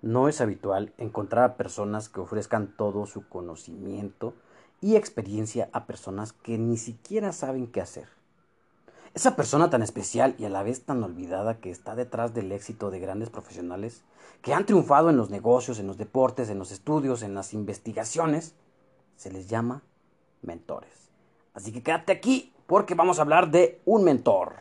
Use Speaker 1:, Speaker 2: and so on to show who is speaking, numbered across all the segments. Speaker 1: No es habitual encontrar a personas que ofrezcan todo su conocimiento y experiencia a personas que ni siquiera saben qué hacer. Esa persona tan especial y a la vez tan olvidada que está detrás del éxito de grandes profesionales que han triunfado en los negocios, en los deportes, en los estudios, en las investigaciones, se les llama mentores. Así que quédate aquí porque vamos a hablar de un mentor.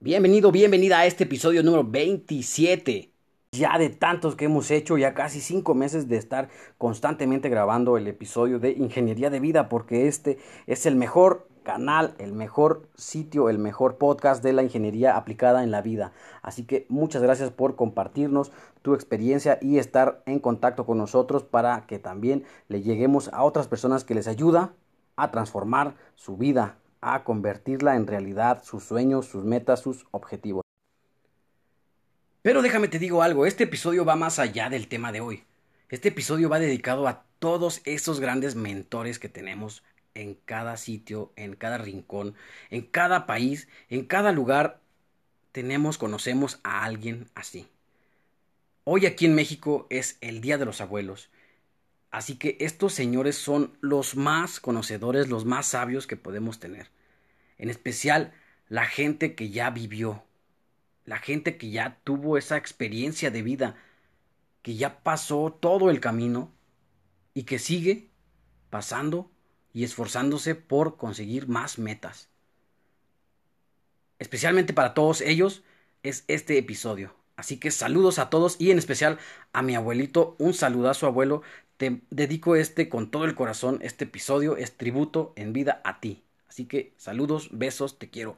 Speaker 1: Bienvenido, bienvenida a este episodio número 27. Ya de tantos que hemos hecho, ya casi 5 meses de estar constantemente grabando el episodio de Ingeniería de Vida, porque este es el mejor canal, el mejor sitio, el mejor podcast de la ingeniería aplicada en la vida. Así que muchas gracias por compartirnos tu experiencia y estar en contacto con nosotros para que también le lleguemos a otras personas que les ayuda a transformar su vida, a convertirla en realidad, sus sueños, sus metas, sus objetivos. Pero déjame te digo algo, este episodio va más allá del tema de hoy. Este episodio va dedicado a todos esos grandes mentores que tenemos en cada sitio, en cada rincón, en cada país, en cada lugar tenemos, conocemos a alguien así. Hoy aquí en México es el Día de los Abuelos. Así que estos señores son los más conocedores, los más sabios que podemos tener. En especial la gente que ya vivió, la gente que ya tuvo esa experiencia de vida, que ya pasó todo el camino y que sigue pasando y esforzándose por conseguir más metas. Especialmente para todos ellos es este episodio. Así que saludos a todos y en especial a mi abuelito, un saludazo abuelo, te dedico este con todo el corazón, este episodio es tributo en vida a ti. Así que saludos, besos, te quiero.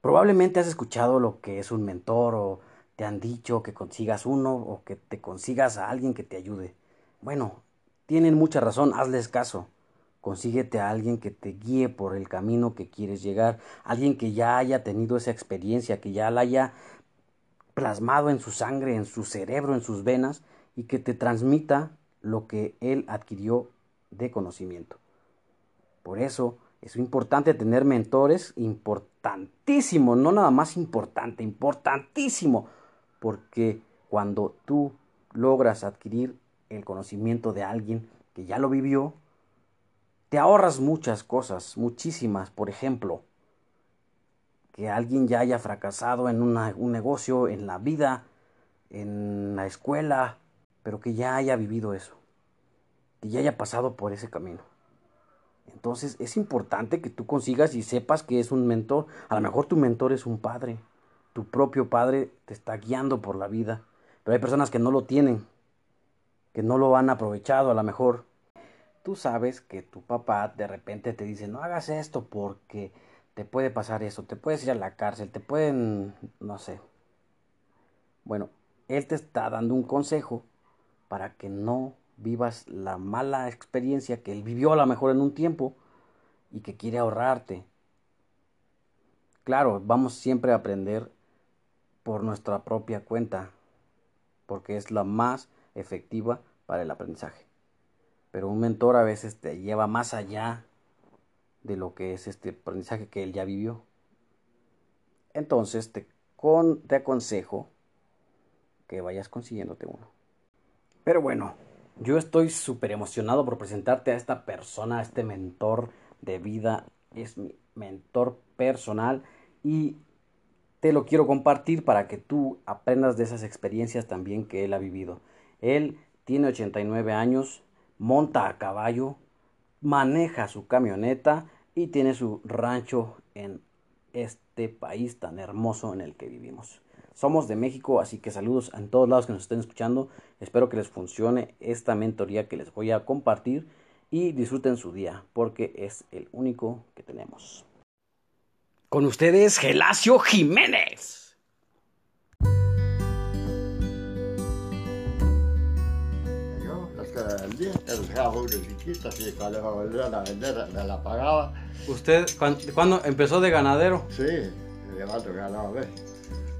Speaker 1: Probablemente has escuchado lo que es un mentor o te han dicho que consigas uno o que te consigas a alguien que te ayude. Bueno, tienen mucha razón, hazles caso. Consíguete a alguien que te guíe por el camino que quieres llegar, alguien que ya haya tenido esa experiencia, que ya la haya plasmado en su sangre, en su cerebro, en sus venas, y que te transmita lo que él adquirió de conocimiento. Por eso es importante tener mentores, importantísimo, no nada más importante, importantísimo, porque cuando tú logras adquirir el conocimiento de alguien que ya lo vivió, te ahorras muchas cosas, muchísimas, por ejemplo, que alguien ya haya fracasado en una, un negocio, en la vida, en la escuela, pero que ya haya vivido eso, que ya haya pasado por ese camino. Entonces es importante que tú consigas y sepas que es un mentor. A lo mejor tu mentor es un padre, tu propio padre te está guiando por la vida, pero hay personas que no lo tienen, que no lo han aprovechado a lo mejor. Tú sabes que tu papá de repente te dice, no hagas esto porque te puede pasar eso, te puedes ir a la cárcel, te pueden, no sé. Bueno, él te está dando un consejo para que no vivas la mala experiencia que él vivió a lo mejor en un tiempo y que quiere ahorrarte. Claro, vamos siempre a aprender por nuestra propia cuenta, porque es la más efectiva para el aprendizaje. Pero un mentor a veces te lleva más allá de lo que es este aprendizaje que él ya vivió. Entonces te, con, te aconsejo que vayas consiguiéndote uno. Pero bueno, yo estoy súper emocionado por presentarte a esta persona, a este mentor de vida. Es mi mentor personal y te lo quiero compartir para que tú aprendas de esas experiencias también que él ha vivido. Él tiene 89 años, monta a caballo, maneja su camioneta, y tiene su rancho en este país tan hermoso en el que vivimos. Somos de México, así que saludos en todos lados que nos estén escuchando. Espero que les funcione esta mentoría que les voy a compartir y disfruten su día, porque es el único que tenemos. Con ustedes, Gelacio Jiménez.
Speaker 2: vendía, te dejaba una chiquita, y cuando me volvían a vender me la pagaba.
Speaker 1: ¿Usted cuándo, cuándo empezó de ganadero?
Speaker 2: Sí, llevando ganado, ¿ves?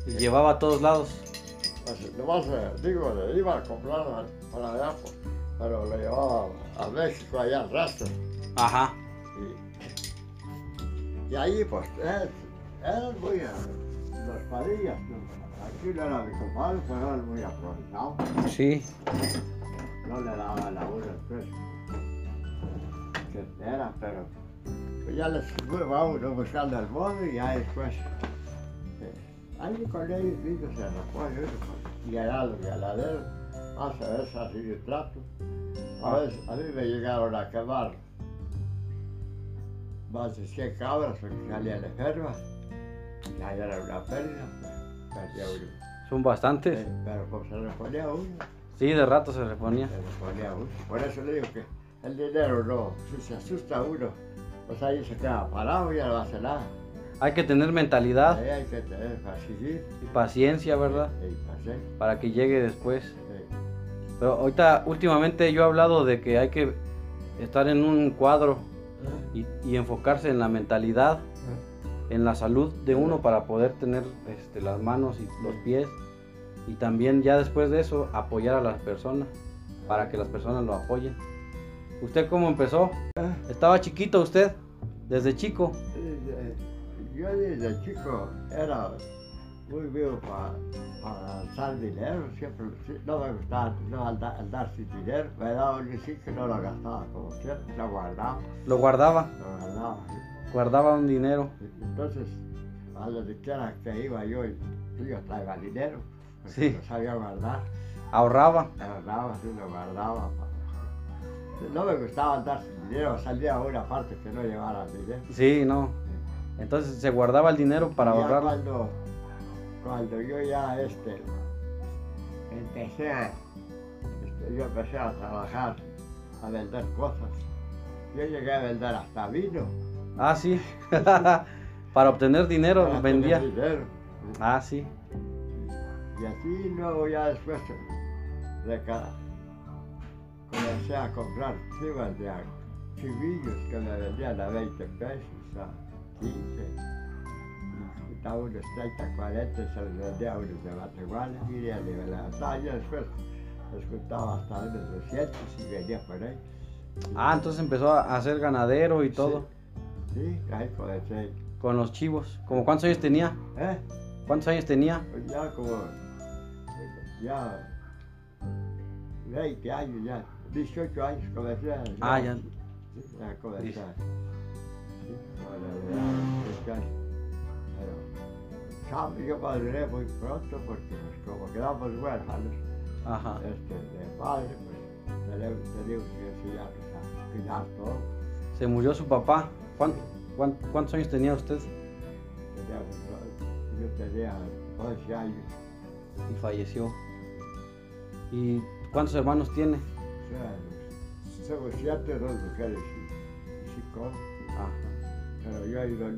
Speaker 1: Y sí. llevaba a todos lados.
Speaker 2: eh, Pues, nomás, digo, le iba a comprar para allá, pues, pero lo llevaba a México allá en rastro.
Speaker 1: Ajá.
Speaker 2: Y, y ahí pues, él, él muy a los padillas, ¿no? aquí no era mi compadre, pero él muy aprovechado,
Speaker 1: Sí.
Speaker 2: no le daba la una pues, que era, pero pues ya les fue, vamos ¿no? buscando el modo y ya después, eh, ahí con ellos mismos se recoge uno, pues, y allá los ganaderos, más a veces así de trato, a veces a mí me llegaron a quemar más de 100 cabras porque salían enfermas. Ya era una pérdida, pues, perdía uno.
Speaker 1: Son bastantes.
Speaker 2: Eh, Pero como se reponía uno,
Speaker 1: Sí, de rato se
Speaker 2: se
Speaker 1: reponía.
Speaker 2: reponía uno. Por eso le digo que el dinero no, si se asusta uno, pues ahí se queda parado y ya no hace nada.
Speaker 1: Hay que tener mentalidad
Speaker 2: Ahí hay que tener para seguir
Speaker 1: y paciencia, Ah. ¿verdad?
Speaker 2: y para hacer.
Speaker 1: Para que llegue después.
Speaker 2: eh,
Speaker 1: Pero ahorita, últimamente yo he hablado de que hay que estar en un cuadro y, y enfocarse en la mentalidad, en la salud de uno para poder tener este, las manos y los pies. Y también ya después de eso, apoyar a las personas, para que las personas lo apoyen. ¿Usted cómo empezó? ¿Estaba chiquito usted? ¿Desde chico?
Speaker 2: eh, Yo desde chico era muy vivo para, para alzar dinero, siempre sí, no me gustaba no andar, andar sin dinero, me daba un sí que no lo gastaba como siempre, lo guardaba,
Speaker 1: Lo guardaba,
Speaker 2: lo guardaba.
Speaker 1: guardaba un dinero.
Speaker 2: Entonces, a donde quiera que iba yo, yo traía dinero, porque
Speaker 1: Sí.
Speaker 2: lo sabía guardar,
Speaker 1: ahorraba.
Speaker 2: lo guardaba, sí, lo guardaba. pa- No me gustaba andar sin dinero, salía a una parte que no llevara dinero.
Speaker 1: Sí, no. Entonces se guardaba el dinero para
Speaker 2: Ya
Speaker 1: ahorrar.
Speaker 2: Cuando, cuando yo ya este, empecé, a- este, yo empecé a trabajar, a vender cosas. Yo llegué a vender hasta vino.
Speaker 1: Ah, sí. para obtener dinero
Speaker 2: para
Speaker 1: vendía.
Speaker 2: tener dinero.
Speaker 1: Ah, sí.
Speaker 2: Y así luego ya después de cada, comencé a comprar chivas de a- chivillos que me vendían a 20 pesos, a 15. Y Estaba unos 30, 40 y se los vendía a unos de Matehuala y de Libertad. Y después los juntaba hasta unos 200 y venía por ahí.
Speaker 1: Ah, entonces empezó a a ser ganadero y todo.
Speaker 2: Sí, ahí comencé.
Speaker 1: Con los chivos. ¿Como cuántos años tenía?
Speaker 2: ¿Eh?
Speaker 1: ¿Cuántos años tenía?
Speaker 2: Pues ya como ya 20 años ya, 18 años comencé a-
Speaker 1: Ah, ya.
Speaker 2: sí, a comenzar. Sí, ahora ya, 18 años. Pero, ¿sabe? Yo maduré muy pronto porque pues, como quedamos huérfanos
Speaker 1: Ajá.
Speaker 2: este, de padre, pues tenemos, teníamos que enseñarnos a cuidar todo.
Speaker 1: Se murió su papá. ¿Cuán- cuán- ¿Cuántos años tenía usted?
Speaker 2: Teníamos, ¿no? yo tenía 11 años,
Speaker 1: Y falleció. ¿Y cuántos hermanos tiene?
Speaker 2: o sea, somos siete, dos mujeres y, y cinco hombres.
Speaker 1: Ajá.
Speaker 2: Pero yo he ido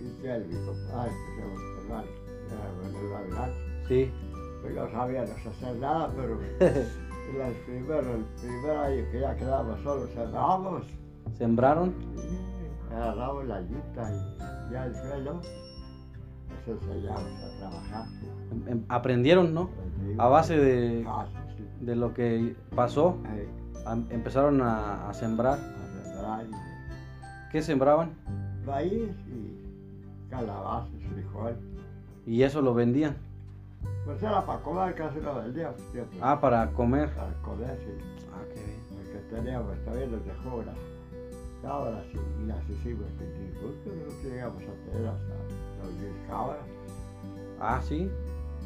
Speaker 2: infiel, mi compadre, que se llama hermano, era bueno, era verdad.
Speaker 1: Sí.
Speaker 2: Pues yo sabía no hacer nada, pero en el primer, el primer año que ya quedábamos solos, cerrábamos,
Speaker 1: ¿Sembraron?
Speaker 2: y agarrábamos la yuta y ya el suelo, nos enseñábamos a trabajar.
Speaker 1: Em- em- Aprendieron, ¿no? A base de,
Speaker 2: Ah,
Speaker 1: de lo que pasó, am- empezaron a, a sembrar. ¿Qué sembraban?
Speaker 2: Maíz y calabazas, frijol.
Speaker 1: Y eso lo vendían.
Speaker 2: Pues era para comer casi no vendíamos siempre.
Speaker 1: Ah, para comer.
Speaker 2: Para comer, sí.
Speaker 1: Ah, qué bien.
Speaker 2: Porque teníamos también nos dejó unas cabras y, pues, y las hicimos pedir juntos, no llegamos a tener hasta dos mil cabras.
Speaker 1: Ah, sí.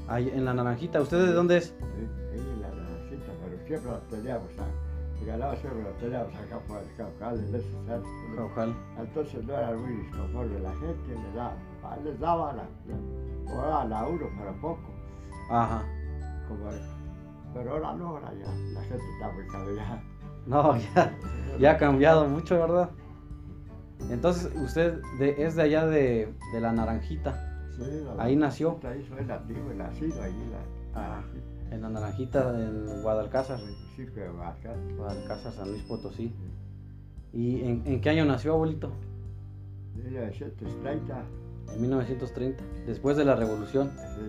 Speaker 1: Ahí en la naranjita. ¿Usted de dónde es?
Speaker 2: ¿sí? ¿eh? Y la naranjita, pero siempre las teníamos a, y ganaba siempre las teníamos acá por el Caucal, en ese centro. ¿no?
Speaker 1: Caujal.
Speaker 2: Entonces no era muy disconforme la gente, les daban, les daban, a- la- o daban a uno para poco,
Speaker 1: Ajá.
Speaker 2: como pero ahora no, ahora ya, la gente está muy cabellada.
Speaker 1: No, ya, ya ha cambiado mucho, ¿verdad? Entonces, usted de- es de allá de, de la naranjita.
Speaker 2: Sí, la-
Speaker 1: Ahí nació.
Speaker 2: Ahí soy nativo, nacido ahí. La,
Speaker 1: Ah, en la naranjita, en Guadalcázar.
Speaker 2: municipio de Huasca.
Speaker 1: Guadalcázar, San Luis Potosí. ¿Y en, en qué año nació, abuelito?
Speaker 2: 1930,
Speaker 1: En 1930, después de la revolución.
Speaker 2: así,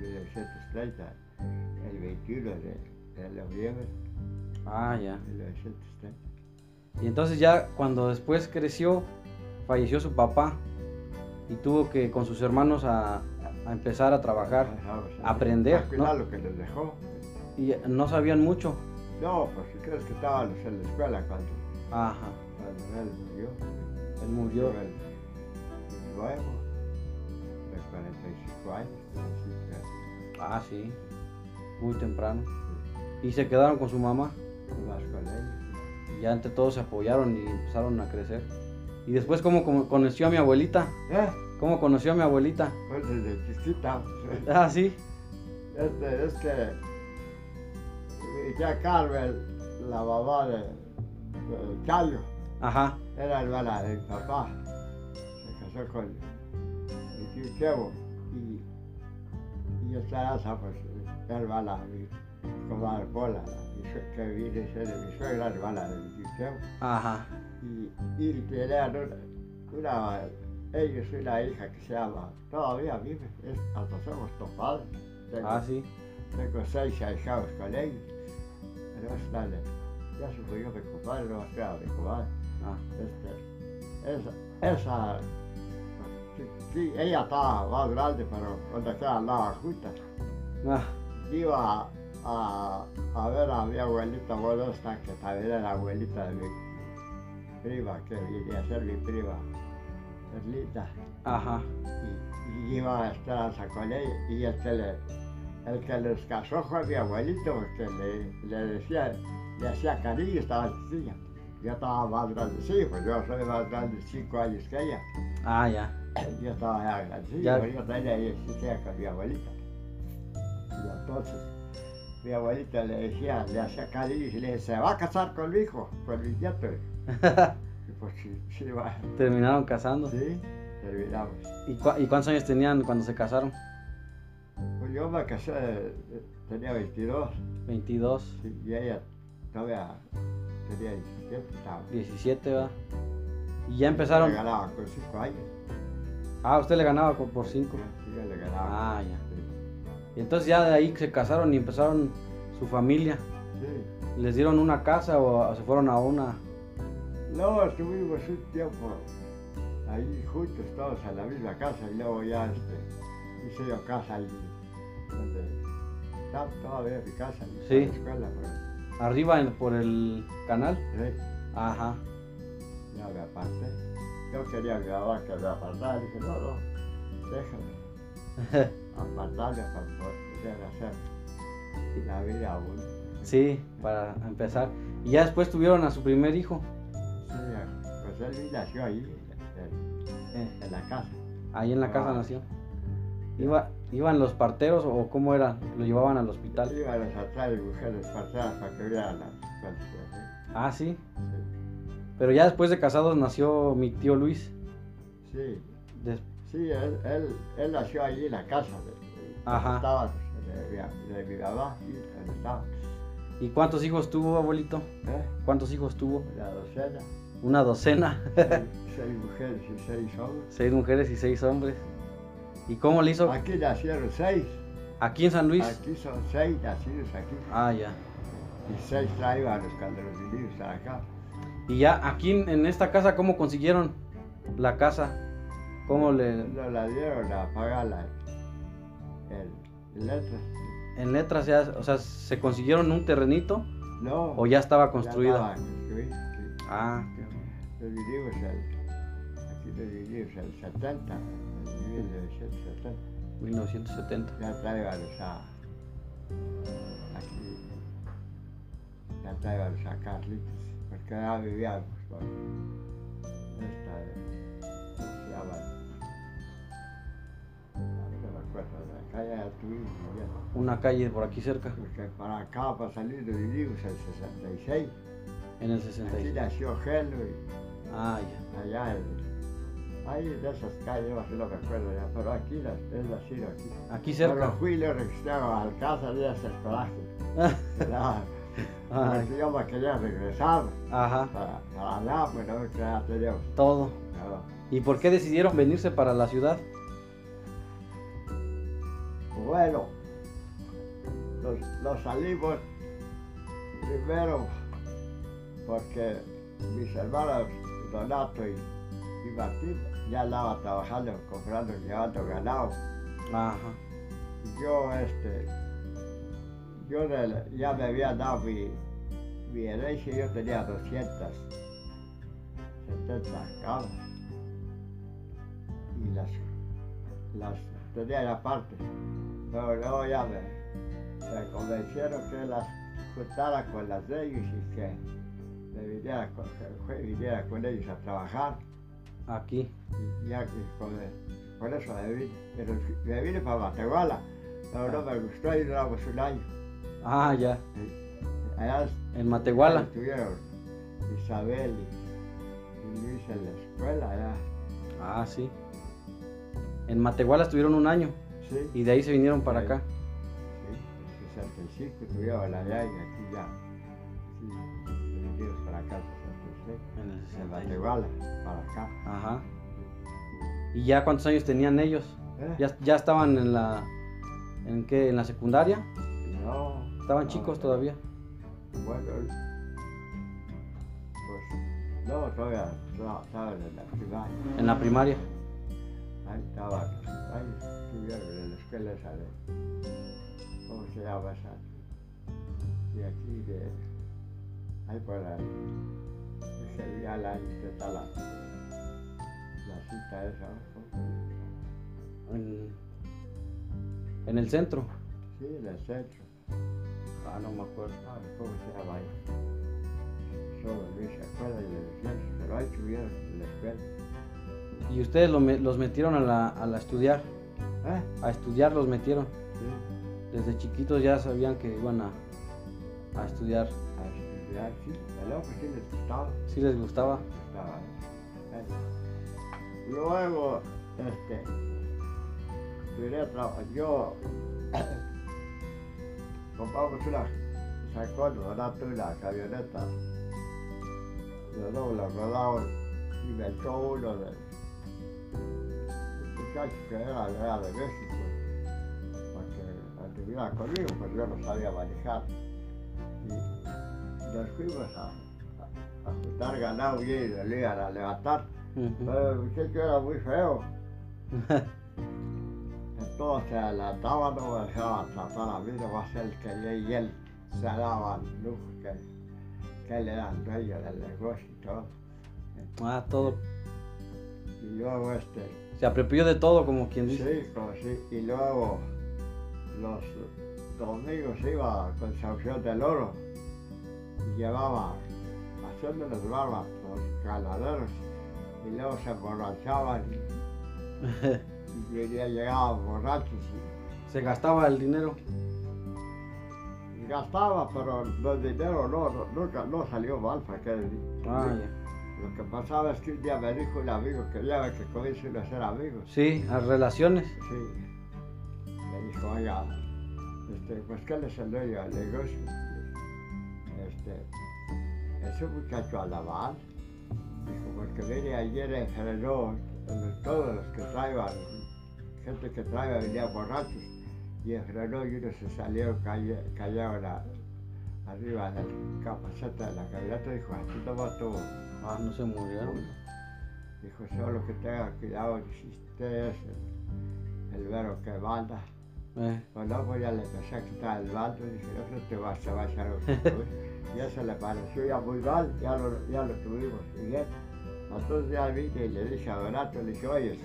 Speaker 2: de 1930, el 21 de, de noviembre,
Speaker 1: Ah, ya.
Speaker 2: en 1970.
Speaker 1: Y entonces ya cuando después creció, falleció su papá y tuvo que con sus hermanos a, a empezar a trabajar.
Speaker 2: Ajá, o sea,
Speaker 1: Ah, Aprender,
Speaker 2: a cuidar
Speaker 1: ¿no?
Speaker 2: lo que les dejó.
Speaker 1: Y no sabían mucho.
Speaker 2: No, pues si crees que estaban en la escuela cuando,
Speaker 1: Ajá,
Speaker 2: cuando él murió.
Speaker 1: él murió.
Speaker 2: Yo, el- el nuevo, de 45 años. así que,
Speaker 1: Ah, sí. Muy temprano. Y se quedaron con su mamá.
Speaker 2: más con él.
Speaker 1: Y ya entre todos se apoyaron y empezaron a crecer. Y después, ¿cómo, cómo conoció a mi abuelita?
Speaker 2: ¿Eh?
Speaker 1: ¿Cómo conoció a mi abuelita?
Speaker 2: Pues desde chiquita. pues,
Speaker 1: Ah, sí.
Speaker 2: Este, este, ya Carmen, la mamá de, de Chayo,
Speaker 1: Ajá.
Speaker 2: era hermana de mi papá. Se casó con mi tío Chevo y, y esta raza, pues, era hermana de mi comadre Pola, mi sue- que viene a ser de mi suegra, hermana de mi tío Chevo.
Speaker 1: Ajá.
Speaker 2: Y, y tenían una, una, ellos una hija que se llama, todavía vive, es, hasta somos compadres. Tengo-
Speaker 1: Ah, sí.
Speaker 2: tengo seis ahijados con ellos. Pero es dale. Ya se murió mi compadre, no me a mi compadre.
Speaker 1: Ah,
Speaker 2: Este, esa, esa, sí, sí, ella estaba más grande, pero cuando estaba andaba juntas.
Speaker 1: ah,
Speaker 2: Iba a, a ver a mi abuelita Molesta, que también era abuelita de mi prima, que vivía a ser mi prima, Perlita
Speaker 1: ajá.
Speaker 2: y, y iba a estar con ella y el que, le- el que les casó fue mi abuelito porque le, le decía, le hacía cariño, estaba chiquilla. Yo estaba más grande, sí, pues yo soy más grande cinco años que ella.
Speaker 1: Ah, ya.
Speaker 2: Yo estaba ya grande,
Speaker 1: Ya.
Speaker 2: yo tenía 16 años con mi abuelita. Y entonces mi abuelita le decía, le hacía cariño y le decía, se va a casar con mi hijo, con mi nieto. Y pues sí, sí, va.
Speaker 1: Terminaron casando.
Speaker 2: Sí, terminamos.
Speaker 1: ¿Y, cua- y cuántos años tenían cuando se casaron?
Speaker 2: Pues yo me casé, eh, tenía 22
Speaker 1: 22,
Speaker 2: sí, y ella todavía tenía 17, estaba.
Speaker 1: 17, ¿verdad? Y ya empezaron.
Speaker 2: Le ganaba con 5 años.
Speaker 1: Ah, usted le ganaba co- por 5.
Speaker 2: Sí, yo le ganaba.
Speaker 1: Ah, ya.
Speaker 2: Sí,
Speaker 1: Y entonces ya de ahí que se casaron y empezaron su familia.
Speaker 2: sí.
Speaker 1: ¿Les dieron una casa o, a- se fueron a una?
Speaker 2: Luego estuvimos un tiempo ahí juntos, todos en la misma casa y luego ya este, hice yo casa ahí donde está todavía mi casa, ahí está
Speaker 1: Sí.
Speaker 2: la escuela. Pero, eh,
Speaker 1: Arriba en- por el canal.
Speaker 2: sí,
Speaker 1: Ajá.
Speaker 2: ya me aparté. Yo quería a mi mamá que me apartara, dije, no, no, déjame. apartarme para poder hacer la vida aún.
Speaker 1: Sí, para empezar. Y ya después tuvieron a su primer hijo.
Speaker 2: pues él nació ahí, en,
Speaker 1: Eh,
Speaker 2: en la casa.
Speaker 1: ahí en la casa
Speaker 2: Ah.
Speaker 1: nació. Iba, ¿Iban los parteros o cómo era? ¿Lo llevaban al hospital?
Speaker 2: Iban a traer mujeres parteras para que vieran las cosas. ¿eh?
Speaker 1: Ah, sí.
Speaker 2: ¿sí?
Speaker 1: Pero ya después de casados nació mi tío Luis.
Speaker 2: Sí,
Speaker 1: Des-
Speaker 2: sí, él, él, él nació allí en la casa de,
Speaker 1: Ajá.
Speaker 2: estaba de, mi- de mi mamá y donde estaba.
Speaker 1: ¿Y cuántos hijos tuvo, abuelito?
Speaker 2: ¿eh?
Speaker 1: ¿Cuántos hijos tuvo?
Speaker 2: La docena,
Speaker 1: Una docena.
Speaker 2: seis, seis mujeres y seis hombres.
Speaker 1: Seis mujeres y seis hombres. ¿Y cómo le hizo?
Speaker 2: Aquí nacieron seis,
Speaker 1: Aquí en San Luis.
Speaker 2: aquí son seis nacidos aquí.
Speaker 1: Ah, ya.
Speaker 2: Y seis tráibanos cuando los vinimos a acá.
Speaker 1: Y ya aquí en en esta casa, ¿cómo consiguieron la casa? ¿Cómo le...
Speaker 2: Nos la dieron a pagar la el, el otro.
Speaker 1: En letras ya, o sea, ¿se consiguieron un terrenito
Speaker 2: No.
Speaker 1: o ya estaba
Speaker 2: ya
Speaker 1: construida?
Speaker 2: estaba construida, sí.
Speaker 1: Ah,
Speaker 2: Nos vinimos al, aquí nos vinimos al 70, en 1970.
Speaker 1: 1970.
Speaker 2: Ya tráibanos a aquí. Ya tráibanos a Carlitos, porque ya vivíamos pues. con esta de- ¿cómo se llama? A mí no me acuerdo, la calle ya tuvimos, ya.
Speaker 1: Una calle por aquí cerca,
Speaker 2: Porque para acá, para salir de Vivimos en 66,
Speaker 1: en el
Speaker 2: aquí
Speaker 1: 66.
Speaker 2: nació Gelo y
Speaker 1: Ah, ya.
Speaker 2: allá en. Ahí de esas calles, no sé, no me acuerdo ya, pero aquí las- es nacido aquí.
Speaker 1: Aquí
Speaker 2: Pero
Speaker 1: cerca.
Speaker 2: fui y lo registraron al casa, había ese coraje. Era-
Speaker 1: Ay,
Speaker 2: Porque yo me quería regresar
Speaker 1: ajá,
Speaker 2: para, para allá, pues no me quería teníamos.
Speaker 1: todo.
Speaker 2: Pero,
Speaker 1: ¿Y por qué decidieron venirse para la ciudad?
Speaker 2: bueno, nos, nos salimos Primero, porque mis hermanos Donato y, y Martín ya andaban trabajando, comprando, llevando ganado.
Speaker 1: Ajá.
Speaker 2: Yo, este, yo le- ya me había dado mi, mi herencia, yo tenía 270 cabras. Y las, las tenía ya aparte. Pero luego ya me, me convencieron que las juntara con las de ellos y que me viniera con, que viniera con ellos a trabajar.
Speaker 1: Aquí.
Speaker 2: Y ya que con, el- con eso me vine. Pero me vine para Matehuala, pero no me gustó y duramos un año.
Speaker 1: Ah, ya.
Speaker 2: Allá
Speaker 1: En Matehuala.
Speaker 2: estuvieron Isabel y- y Luis en la escuela, allá.
Speaker 1: Ah, sí. En Matehuala estuvieron un año
Speaker 2: Sí,
Speaker 1: y de ahí se vinieron para acá.
Speaker 2: sí, en 65 estuvieron allá y aquí ya. Sí, venimos para acá, en 65.
Speaker 1: En el
Speaker 2: De
Speaker 1: 60.
Speaker 2: Matehuala, para acá.
Speaker 1: Ajá. ¿Y ya cuántos años tenían ellos?
Speaker 2: ¿Eh?
Speaker 1: ¿Ya, ya estaban en la. ¿En qué? ¿En la secundaria?
Speaker 2: No.
Speaker 1: ¿Estaban
Speaker 2: no,
Speaker 1: chicos
Speaker 2: no.
Speaker 1: todavía?
Speaker 2: Bueno, pues no, todavía no, estaba en la primaria.
Speaker 1: En la primaria.
Speaker 2: Ahí estaba, ahí estuvieron en la escuela esa de, ¿cómo se llama esa? Y aquí de, ahí por la, ese día la, que está la, la cita esa, ¿no?
Speaker 1: En, en el centro.
Speaker 2: sí, en el centro,
Speaker 1: Ah, no me acuerdo.
Speaker 2: Ah, ¿cómo se llama ahí? Sobre Luis se acuerda y le decía, pero ahí estuvieron en la escuela.
Speaker 1: ¿Y ustedes lo me- los metieron a la, a la estudiar?
Speaker 2: ¿Eh?
Speaker 1: A estudiar los metieron.
Speaker 2: Sí,
Speaker 1: Desde chiquitos ya sabían que iban a, a estudiar.
Speaker 2: a estudiar, sí, el hombre sí les gustaba.
Speaker 1: ¿Sí les gustaba?
Speaker 2: estaba. ahí. Luego, este, duré traba- yo compramos una, sacó el Donato una camioneta, los dos la rodaron, inventó uno de un muchacho que era, era de México, para que anduviera conmigo, pero yo no sabía manejar. Y nos fuimos a, a, a juntar ganado y ellos lo iban a levantar.
Speaker 1: Ujú.
Speaker 2: Pero el muchacho era muy feo. Entonces se adelantaba, no me dejaban tratar a mí, no va a ser que yo y él se daban luz, que, que él era el dueño del negocio y todo.
Speaker 1: Ah, todo.
Speaker 2: Y luego este,
Speaker 1: Se apropió de todo, como quien dice.
Speaker 2: sí, como sí, y luego los domingos iba con Concepción del Oro y llevaba haciendo las barbas los ganaderos y luego se emborrachaban y, y venía- llegaban borrachos y
Speaker 1: Se gastaba el dinero.
Speaker 2: Gastaba, pero el dinero no, no- nunca no salió mal, para qué decir.
Speaker 1: Ah, ya.
Speaker 2: Lo que pasaba es que un día me dijo un amigo que ya ve que comienzo a ser amigos.
Speaker 1: Sí, a relaciones.
Speaker 2: Sí. Me dijo, oiga, este, pues ¿qué le salió yo al negocio? Este, ese muchacho Alabán, dijo, porque mire, ayer enfrenó en todos los que traían, gente que traía venía borrachos, y enfrenó y uno se salió, calle- cayeron a- arriba del capacete de la camioneta, dijo, así no mató.
Speaker 1: Ah, no se murieron.
Speaker 2: Dijo, solo que tenga cuidado, si usted es el, el vero que manda.
Speaker 1: Eh,
Speaker 2: Pues no, pues ya le empecé a quitar el bando y dije, no, no te vas, se va a echar un Y eso le pareció ya muy mal, ya lo, ya lo tuvimos. Y ya, entonces ya vine y le dije a Donato, le dije, oye,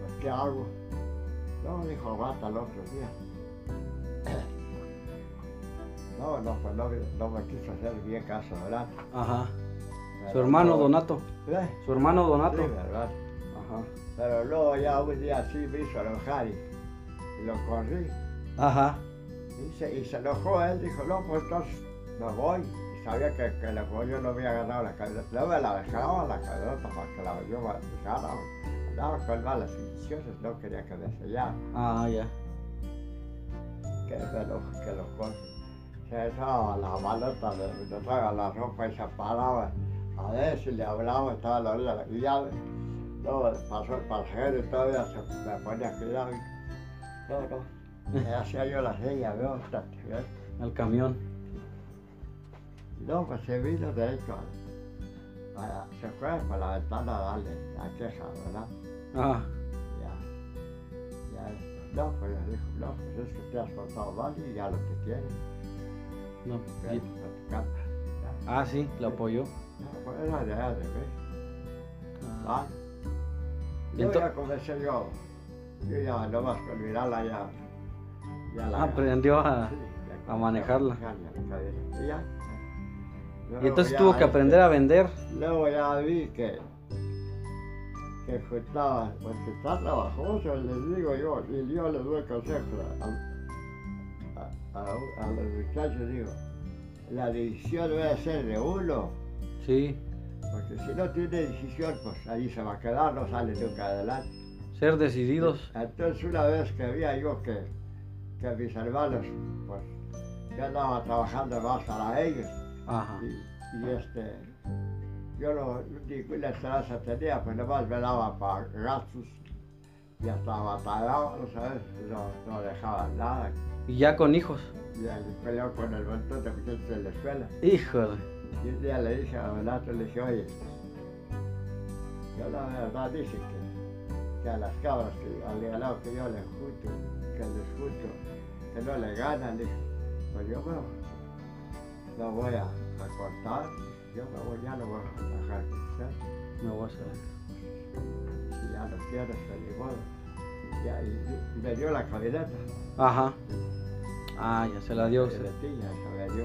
Speaker 2: pues ¿qué hago? No, dijo, mata el otro día. No, no, pues no, me- no me quiso hacer bien caso, Donato.
Speaker 1: ajá. Su
Speaker 2: Pero
Speaker 1: hermano
Speaker 2: no-
Speaker 1: Donato.
Speaker 2: ¿Eh?
Speaker 1: Su hermano
Speaker 2: Sí,
Speaker 1: Donato.
Speaker 2: ¿verdad?
Speaker 1: Ajá.
Speaker 2: Pero luego ya un día así me hizo enojar y, y lo corrí.
Speaker 1: Ajá.
Speaker 2: Y se, y se enojó él, dijo, no, pues entonces me voy. Y sabía que, que el apoyo no había ganado la cabeza. No me la dejaba la cabeza para que la yo me dejara. ah, Andaba con malas intenciones, no quería que me sellara.
Speaker 1: Ah, ya.
Speaker 2: Que me lo, que lo corrí. Se echaba la maleta, le, le traía la ropa y se paraba. A ver si le hablaba, estaba a la orilla de la llave. No, pasó el pasajero y todavía se me ponía cuidado. No, no. Le hacía yo las señas, veo, hasta que-
Speaker 1: al camión.
Speaker 2: No, pues se vino de hecho. para- se fue por la ventana a darle la queja, ¿verdad?
Speaker 1: Ah,
Speaker 2: Ya. Ya. No, pues le dijo, no, pues es que te has portado mal y ya lo que tienes.
Speaker 1: no.
Speaker 2: Pero,
Speaker 1: y-
Speaker 2: pues, calma, ya.
Speaker 1: Ah, sí, lo apoyó.
Speaker 2: No, pues era de allá de México,
Speaker 1: Ah,
Speaker 2: ¿va?
Speaker 1: Y
Speaker 2: Yo
Speaker 1: ento-
Speaker 2: ya comencé yo. Yo ya nomás con mirarla ya. ya la-
Speaker 1: aprendió a...
Speaker 2: Sí, ya-
Speaker 1: a manejarla.
Speaker 2: ya- ya- ya- ya.
Speaker 1: Y
Speaker 2: Luego
Speaker 1: entonces
Speaker 2: ya,
Speaker 1: tuvo que
Speaker 2: este,
Speaker 1: aprender a vender.
Speaker 2: Luego ya vi que, que juntaba, porque está trabajoso, les digo yo, y yo les doy consejos a, a- a- a los muchachos, digo, la decisión debe ser de uno,
Speaker 1: Sí,
Speaker 2: porque si no tiene decisión, pues ahí se va a quedar, no sale nunca adelante.
Speaker 1: ser decididos.
Speaker 2: Entonces una vez que vi yo que, que mis hermanos, pues, yo andaba trabajando más para ellos,
Speaker 1: Ajá.
Speaker 2: y, y, este, yo no, ninguna esperanza tenía, pues nomás me daba para gastos y hasta batallaba, ¿no sabes? No, no dejaban nada.
Speaker 1: Y ya con hijos.
Speaker 2: Y ahí peleó con el montón de muchachos de la escuela.
Speaker 1: Híjole.
Speaker 2: Y un día le dije a Donato, le dije, oye, yo la verdad dije que, que a las cabras, que, al ganado que yo les junto, que les junto, que no le ganan, dije, pues yo me, lo voy a, a cortar, yo me voy, ya no voy a trabajar con ustedes,
Speaker 1: Me voy a salir.
Speaker 2: si ya no quieres, pues ni modo. Ya, y, y me dio la camioneta,
Speaker 1: Ajá. Ah, ya se la dio.
Speaker 2: de
Speaker 1: se-
Speaker 2: letilla, se me dio.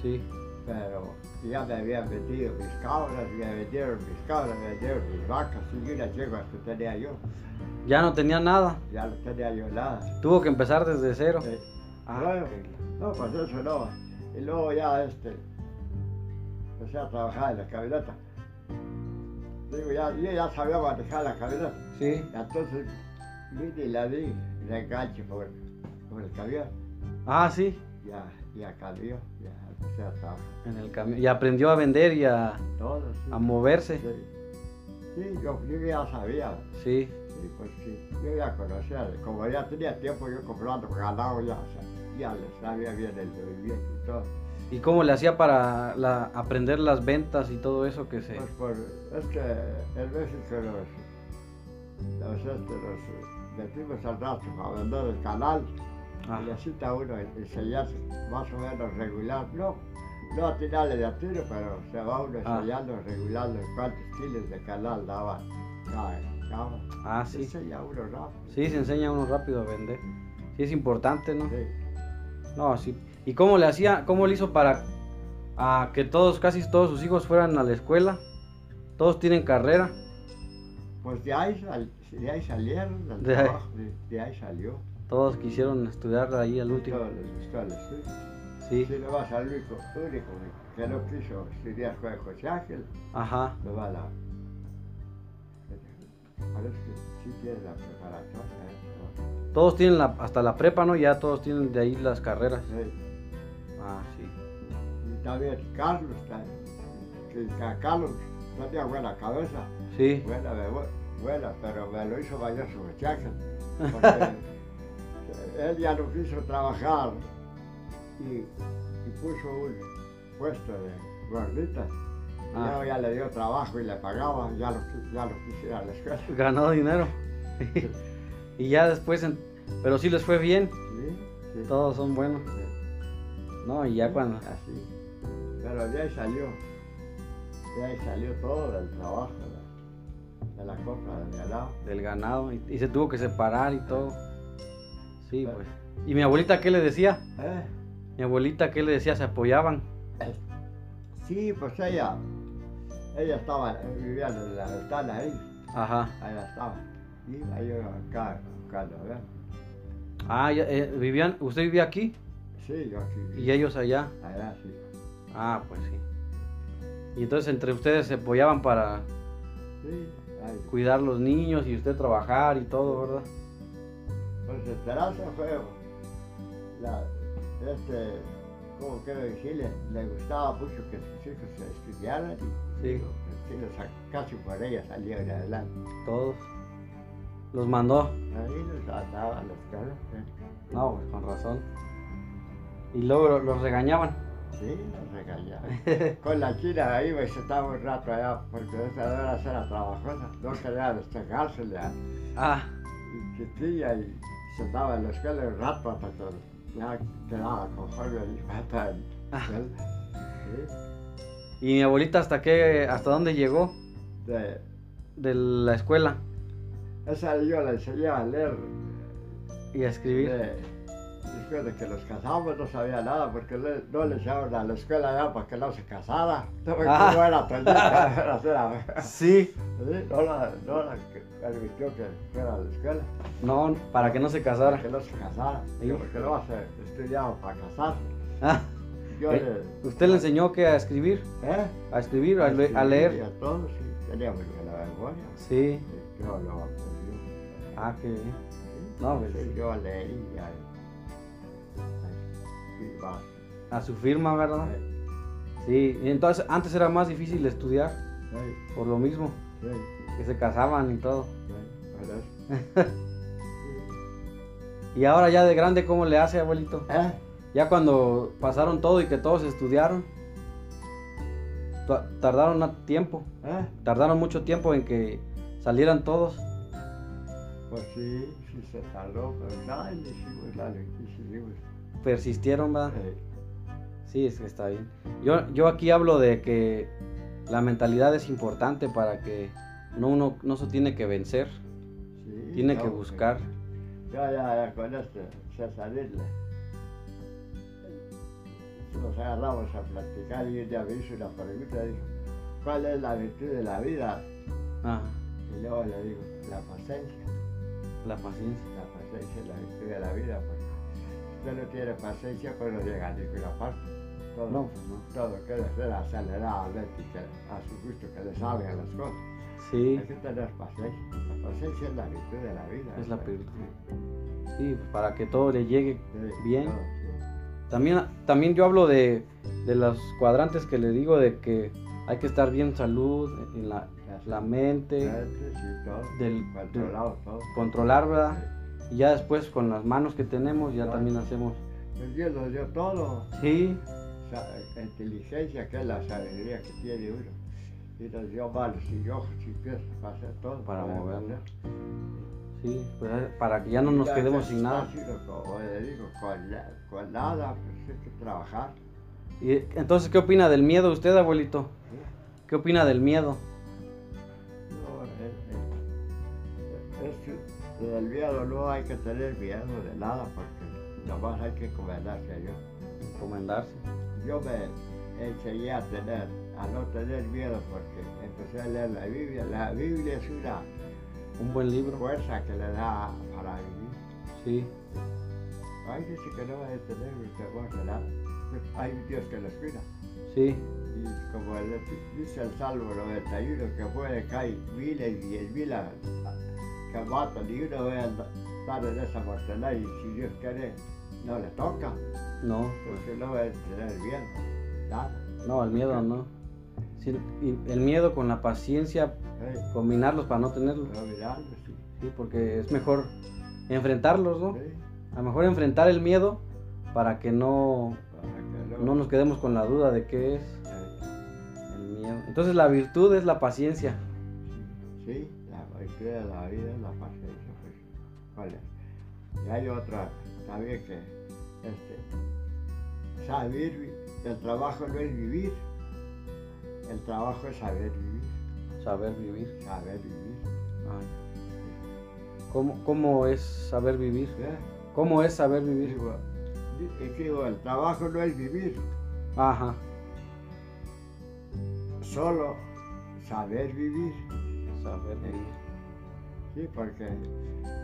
Speaker 1: Sí.
Speaker 2: pero ya me habían vendido mis cabras, me vendieron mis cabras, me vendieron mis vacas y unas yeguas que tenía yo,
Speaker 1: Ya no tenía nada.
Speaker 2: ya no tenía yo nada.
Speaker 1: Tuvo que empezar desde cero.
Speaker 2: Eh,
Speaker 1: Ah,
Speaker 2: luego- no, pues eso no. Y luego ya este, empecé a trabajar en la camioneta. Digo, ya, yo ya sabía manejar la camioneta.
Speaker 1: sí.
Speaker 2: Y entonces vine y la di, y la enganché por, por el camión.
Speaker 1: Ah, sí.
Speaker 2: Ya, ya cambió, ya empecé a trabajar.
Speaker 1: En el camión. Y aprendió a vender y a,
Speaker 2: Todo, sí.
Speaker 1: a moverse.
Speaker 2: Sí, Sí, yo, yo ya sabía.
Speaker 1: Sí.
Speaker 2: Sí, pues sí, yo ya conocía, como ya tenía tiempo yo comprando ganado, ya, o sea, ya le sabía bien el movimiento y todo.
Speaker 1: ¿Y cómo le hacía para la- aprender las ventas y todo eso que se...
Speaker 2: Pues por, es que en México los, los, este, los eh, metimos al rato para vender el canal y
Speaker 1: Ajá.
Speaker 2: necesita uno enseñarse más o menos regular, no, no atinarle de a tiro, pero se va uno
Speaker 1: Ah.
Speaker 2: enseñando regular los cuantos kilos de canal daban cada cabo.
Speaker 1: Ah, sí.
Speaker 2: Enseña uno rápido.
Speaker 1: Sí, se enseña uno rápido a vender. Sí, es importante, ¿no?
Speaker 2: Sí.
Speaker 1: No, sí. ¿Y cómo le hacía, cómo le hizo para a que todos, casi todos sus hijos fueran a la escuela? Todos tienen carrera.
Speaker 2: Pues de ahí, sal- de ahí salieron, del
Speaker 1: De ahí.
Speaker 2: trabajo, de, de ahí salió.
Speaker 1: Todos quisieron estudiar ahí al último.
Speaker 2: Todo les gustó al estudio.
Speaker 1: Sí.
Speaker 2: Si no vas al único, único que no quiso estudiar fue José Ángel,
Speaker 1: Ajá.
Speaker 2: no va a la. Parece que sí tiene la preparatoria, ¿eh?
Speaker 1: Todos tienen la, hasta la prepa, ¿no? Ya todos tienen de ahí las carreras.
Speaker 2: No, sí.
Speaker 1: Ah, sí.
Speaker 2: Y también Carlos, ta- que a Carlos no tenía buena cabeza,
Speaker 1: Sí.
Speaker 2: buena, memo- buena, pero me lo hizo mayor su José Ángel, porque él ya no quiso trabajar y, y puso un puesto de gorditas. Y
Speaker 1: Ah.
Speaker 2: luego ya le dio trabajo y le pagaba, ya lo, qui- ya lo quise ir a la escuela.
Speaker 1: Ganó dinero. y ya después, en- pero sí les fue bien.
Speaker 2: Sí, sí,
Speaker 1: Todos son buenos.
Speaker 2: sí.
Speaker 1: No, y ya cuando.
Speaker 2: Así. Pero de ahí salió, de ahí salió todo del trabajo, de, de la compra del ganado.
Speaker 1: Del ganado. Y, y se tuvo que separar y todo. Sí, pues. ¿Y mi abuelita qué le decía?
Speaker 2: ¿Eh?
Speaker 1: Mi abuelita, ¿qué le decía? ¿Se apoyaban?
Speaker 2: Sí, pues ella, ella estaba, vivía en la ventana ahí,
Speaker 1: Ajá.
Speaker 2: ahí estaba. Y ahí yo acá, buscando, ¿verdad?
Speaker 1: Ah, ya, eh, vivían, usted vivía aquí
Speaker 2: Sí, yo aquí.
Speaker 1: y ellos allá.
Speaker 2: Allá sí.
Speaker 1: Ah, pues sí. Y entonces entre ustedes se apoyaban para
Speaker 2: Sí, ahí.
Speaker 1: cuidar los niños y usted trabajar y todo, ¿verdad?
Speaker 2: Pues Esperanza fue la, este, como quiero decirle, le gustaba mucho que sus hijos se estudiaran y
Speaker 1: Sí.
Speaker 2: digo, que los sa- casi por ella salieron adelante.
Speaker 1: Todos. Los mandó.
Speaker 2: Ahí los andaba a la escuela. ¿eh?
Speaker 1: No, pues con razón.
Speaker 3: Y luego lo- los regañaban.
Speaker 2: Sí, nos regañaban. Con la china iba y se estaba pues, un rato allá porque esa hora era trabajosa. No quería despegársele a
Speaker 3: Ah,
Speaker 2: y chiquilla y se estaba en la escuela un rato hasta que ya quedaba conforme y pata en él. ¿sí?
Speaker 3: y mi abuelita hasta qué, hasta dónde llegó
Speaker 2: De-
Speaker 3: de la escuela
Speaker 2: Esa yo la enseñé a leer.
Speaker 3: y a escribir.
Speaker 2: de- después de que nos casamos no sabía nada porque le- no le echaron a la escuela ya para que no se casara. No me
Speaker 3: Ah.
Speaker 2: era aprendiz, era ser-
Speaker 3: Sí.
Speaker 2: Sí, No la, no la que- permitió que fuera a la escuela,
Speaker 3: No, para que no se
Speaker 2: para
Speaker 3: casara.
Speaker 2: que no se casara,
Speaker 3: Sí.
Speaker 2: digo, porque no se estudiaba para casarse.
Speaker 3: Ah,
Speaker 2: Yo
Speaker 3: ¿Eh? ¿Usted le enseñó que a escribir?
Speaker 2: le, ¿eh?
Speaker 3: A escribir, a, le- a
Speaker 2: Sí,
Speaker 3: leer.
Speaker 2: A todos, sí, tenía muy buena memoria.
Speaker 3: Sí.
Speaker 2: Sí, Yo lo aprendí.
Speaker 3: Ah, qué bien.
Speaker 2: Sí,
Speaker 3: No, pues,
Speaker 2: sí, Yo leía. Sí, va,
Speaker 3: A su firma, ¿verdad?
Speaker 2: eh,
Speaker 3: Sí. Y entonces antes era más difícil estudiar,
Speaker 2: sí,
Speaker 3: por lo mismo,
Speaker 2: sí,
Speaker 3: que se casaban y todo.
Speaker 2: sí, pero es-
Speaker 3: Y ahora ya de grande, ¿cómo le hace, abuelito?
Speaker 2: ¿Eh?
Speaker 3: Ya cuando pasaron todo y que todos estudiaron, ta- tardaron a- tiempo,
Speaker 2: ¿Eh?
Speaker 3: tardaron mucho tiempo en que salieran todos.
Speaker 2: Pues sí, sí se tardó, pero nada, y hicimos la hicimos.
Speaker 3: Persistieron, ¿verdad?
Speaker 2: eh,
Speaker 3: Sí, es que está bien. Yo, yo aquí hablo de que la mentalidad es importante para que no uno no se tiene que vencer,
Speaker 2: sí,
Speaker 3: tiene
Speaker 2: no,
Speaker 3: que
Speaker 2: pues,
Speaker 3: buscar.
Speaker 2: Ya, ya, ya, con este, Cesarile. Nos agarramos a platicar y un día me hizo una pregunta, dijo, ¿cuál es la virtud de la vida?
Speaker 3: Ah,
Speaker 2: Y luego le digo, la paciencia,
Speaker 3: la paciencia.
Speaker 2: la paciencia es la virtud de la vida, porque si usted no tiene paciencia, pues no llega a ninguna parte. Todo,
Speaker 3: No, pues no.
Speaker 2: todo quiere ser acelerado, lento y que a su gusto que le salgan las cosas.
Speaker 3: Sí,
Speaker 2: Hay que tener paciencia, la paciencia es la virtud de la vida. pues.
Speaker 3: es la
Speaker 2: ¿no?
Speaker 3: película. Sí, para que todo le llegue
Speaker 2: Sí,
Speaker 3: bien.
Speaker 2: todo, sí.
Speaker 3: También, también yo hablo de, de los cuadrantes que le digo de que hay que estar bien salud, en la,
Speaker 2: Así.
Speaker 3: la mente,
Speaker 2: Antes y todo,
Speaker 3: del-
Speaker 2: controlado todo.
Speaker 3: controlar, ¿verdad? Y ya después con las manos que tenemos ya también hacemos.
Speaker 2: Pues Dios nos dio todo,
Speaker 3: Sí,
Speaker 2: sa- inteligencia que es la sabiduría que tiene uno. Y nos dio manos y ojos y pies para hacer todo.
Speaker 3: Para movernos.
Speaker 2: hacer.
Speaker 3: sí, pues, para que ya no nos
Speaker 2: Ya
Speaker 3: quedemos
Speaker 2: que
Speaker 3: sin nada.
Speaker 2: está haciendo, Como le digo, con, la- con nada, pues hay que trabajar.
Speaker 3: Y, entonces, ¿qué opina del miedo usted, abuelito? ¿Qué opina del miedo?
Speaker 2: No, eh, eh, es que del miedo no hay que tener miedo de nada porque nomás hay que encomendarse a Dios.
Speaker 3: Encomendarse.
Speaker 2: Yo me enseñé a tener, a no tener miedo porque empecé a leer la Biblia. La Biblia es una
Speaker 3: Un buen libro.
Speaker 2: fuerza que le da para vivir.
Speaker 3: Sí,
Speaker 2: Hay dice que no va a tener mi temor de nada. Hay un Dios que los cuida.
Speaker 3: sí,
Speaker 2: Y como el- dice el Salmo 91, que puede caer miles y diez mil a- a- que matan y uno va a estar en esa mortalidad y si Dios quiere, no le toca,
Speaker 3: no,
Speaker 2: porque no va a tener miedo. Nada.
Speaker 3: no, el miedo no. Sí, y el miedo con la paciencia,
Speaker 2: Ey,
Speaker 3: combinarlos para no tenerlos.
Speaker 2: No mirarlo, sí.
Speaker 3: Sí, porque es mejor enfrentarlos, ¿no?
Speaker 2: Ey.
Speaker 3: A lo mejor enfrentar el miedo para que no,
Speaker 2: Para que no-
Speaker 3: no nos quedemos con la duda de qué es
Speaker 2: Eh,
Speaker 3: el miedo. Entonces la virtud es la paciencia.
Speaker 2: Sí, la virtud de la vida es la paciencia. Pues. Vale. Y hay otra también que este, saber, vi- el trabajo no es vivir, el trabajo es saber vivir,
Speaker 3: Saber vivir.
Speaker 2: saber vivir.
Speaker 3: Ay. ¿Cómo, ¿Cómo es saber vivir?
Speaker 2: ¿eh?
Speaker 3: ¿Cómo es saber vivir?
Speaker 2: Digo, di- escribo, el trabajo no es vivir,
Speaker 3: Ajá,
Speaker 2: solo saber vivir.
Speaker 3: saber vivir.
Speaker 2: Sí, porque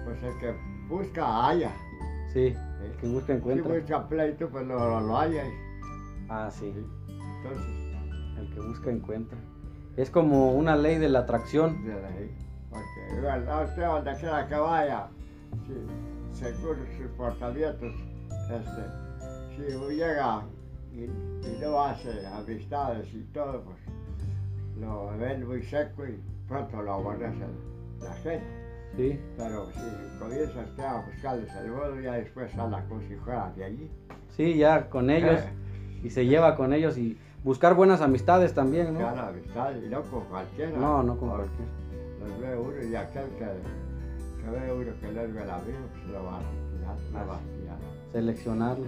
Speaker 2: pues el que busca haya.
Speaker 3: Sí,
Speaker 2: ¿eh?
Speaker 3: el que busca
Speaker 2: Si
Speaker 3: encuentra.
Speaker 2: busca pleito, pues lo, lo, lo haya.
Speaker 3: Ah, sí,
Speaker 2: Entonces,
Speaker 3: el que busca encuentra. Es como una ley de la atracción.
Speaker 2: pues, de ahí, porque de verdad usted donde quiera que vaya, si, según sus portamientos, este, si llega y, y no hace amistades y todo, pues lo ven muy seco y pronto lo aborrece la gente.
Speaker 3: Sí,
Speaker 2: Pero si comienza usted a buscarles el modo, ya después a la como si fuera de allí.
Speaker 3: Sí, ya con ellos. Y se lleva con ellos y buscar buenas amistades también, ¿no?
Speaker 2: Gana amistad y no con cualquiera.
Speaker 3: No, no con
Speaker 2: Porque
Speaker 3: cualquiera.
Speaker 2: Los ve uno y aquel que, que ve uno que no es el amigo, pues lo va a tirar, lo va a tirar.
Speaker 3: Seleccionarlo.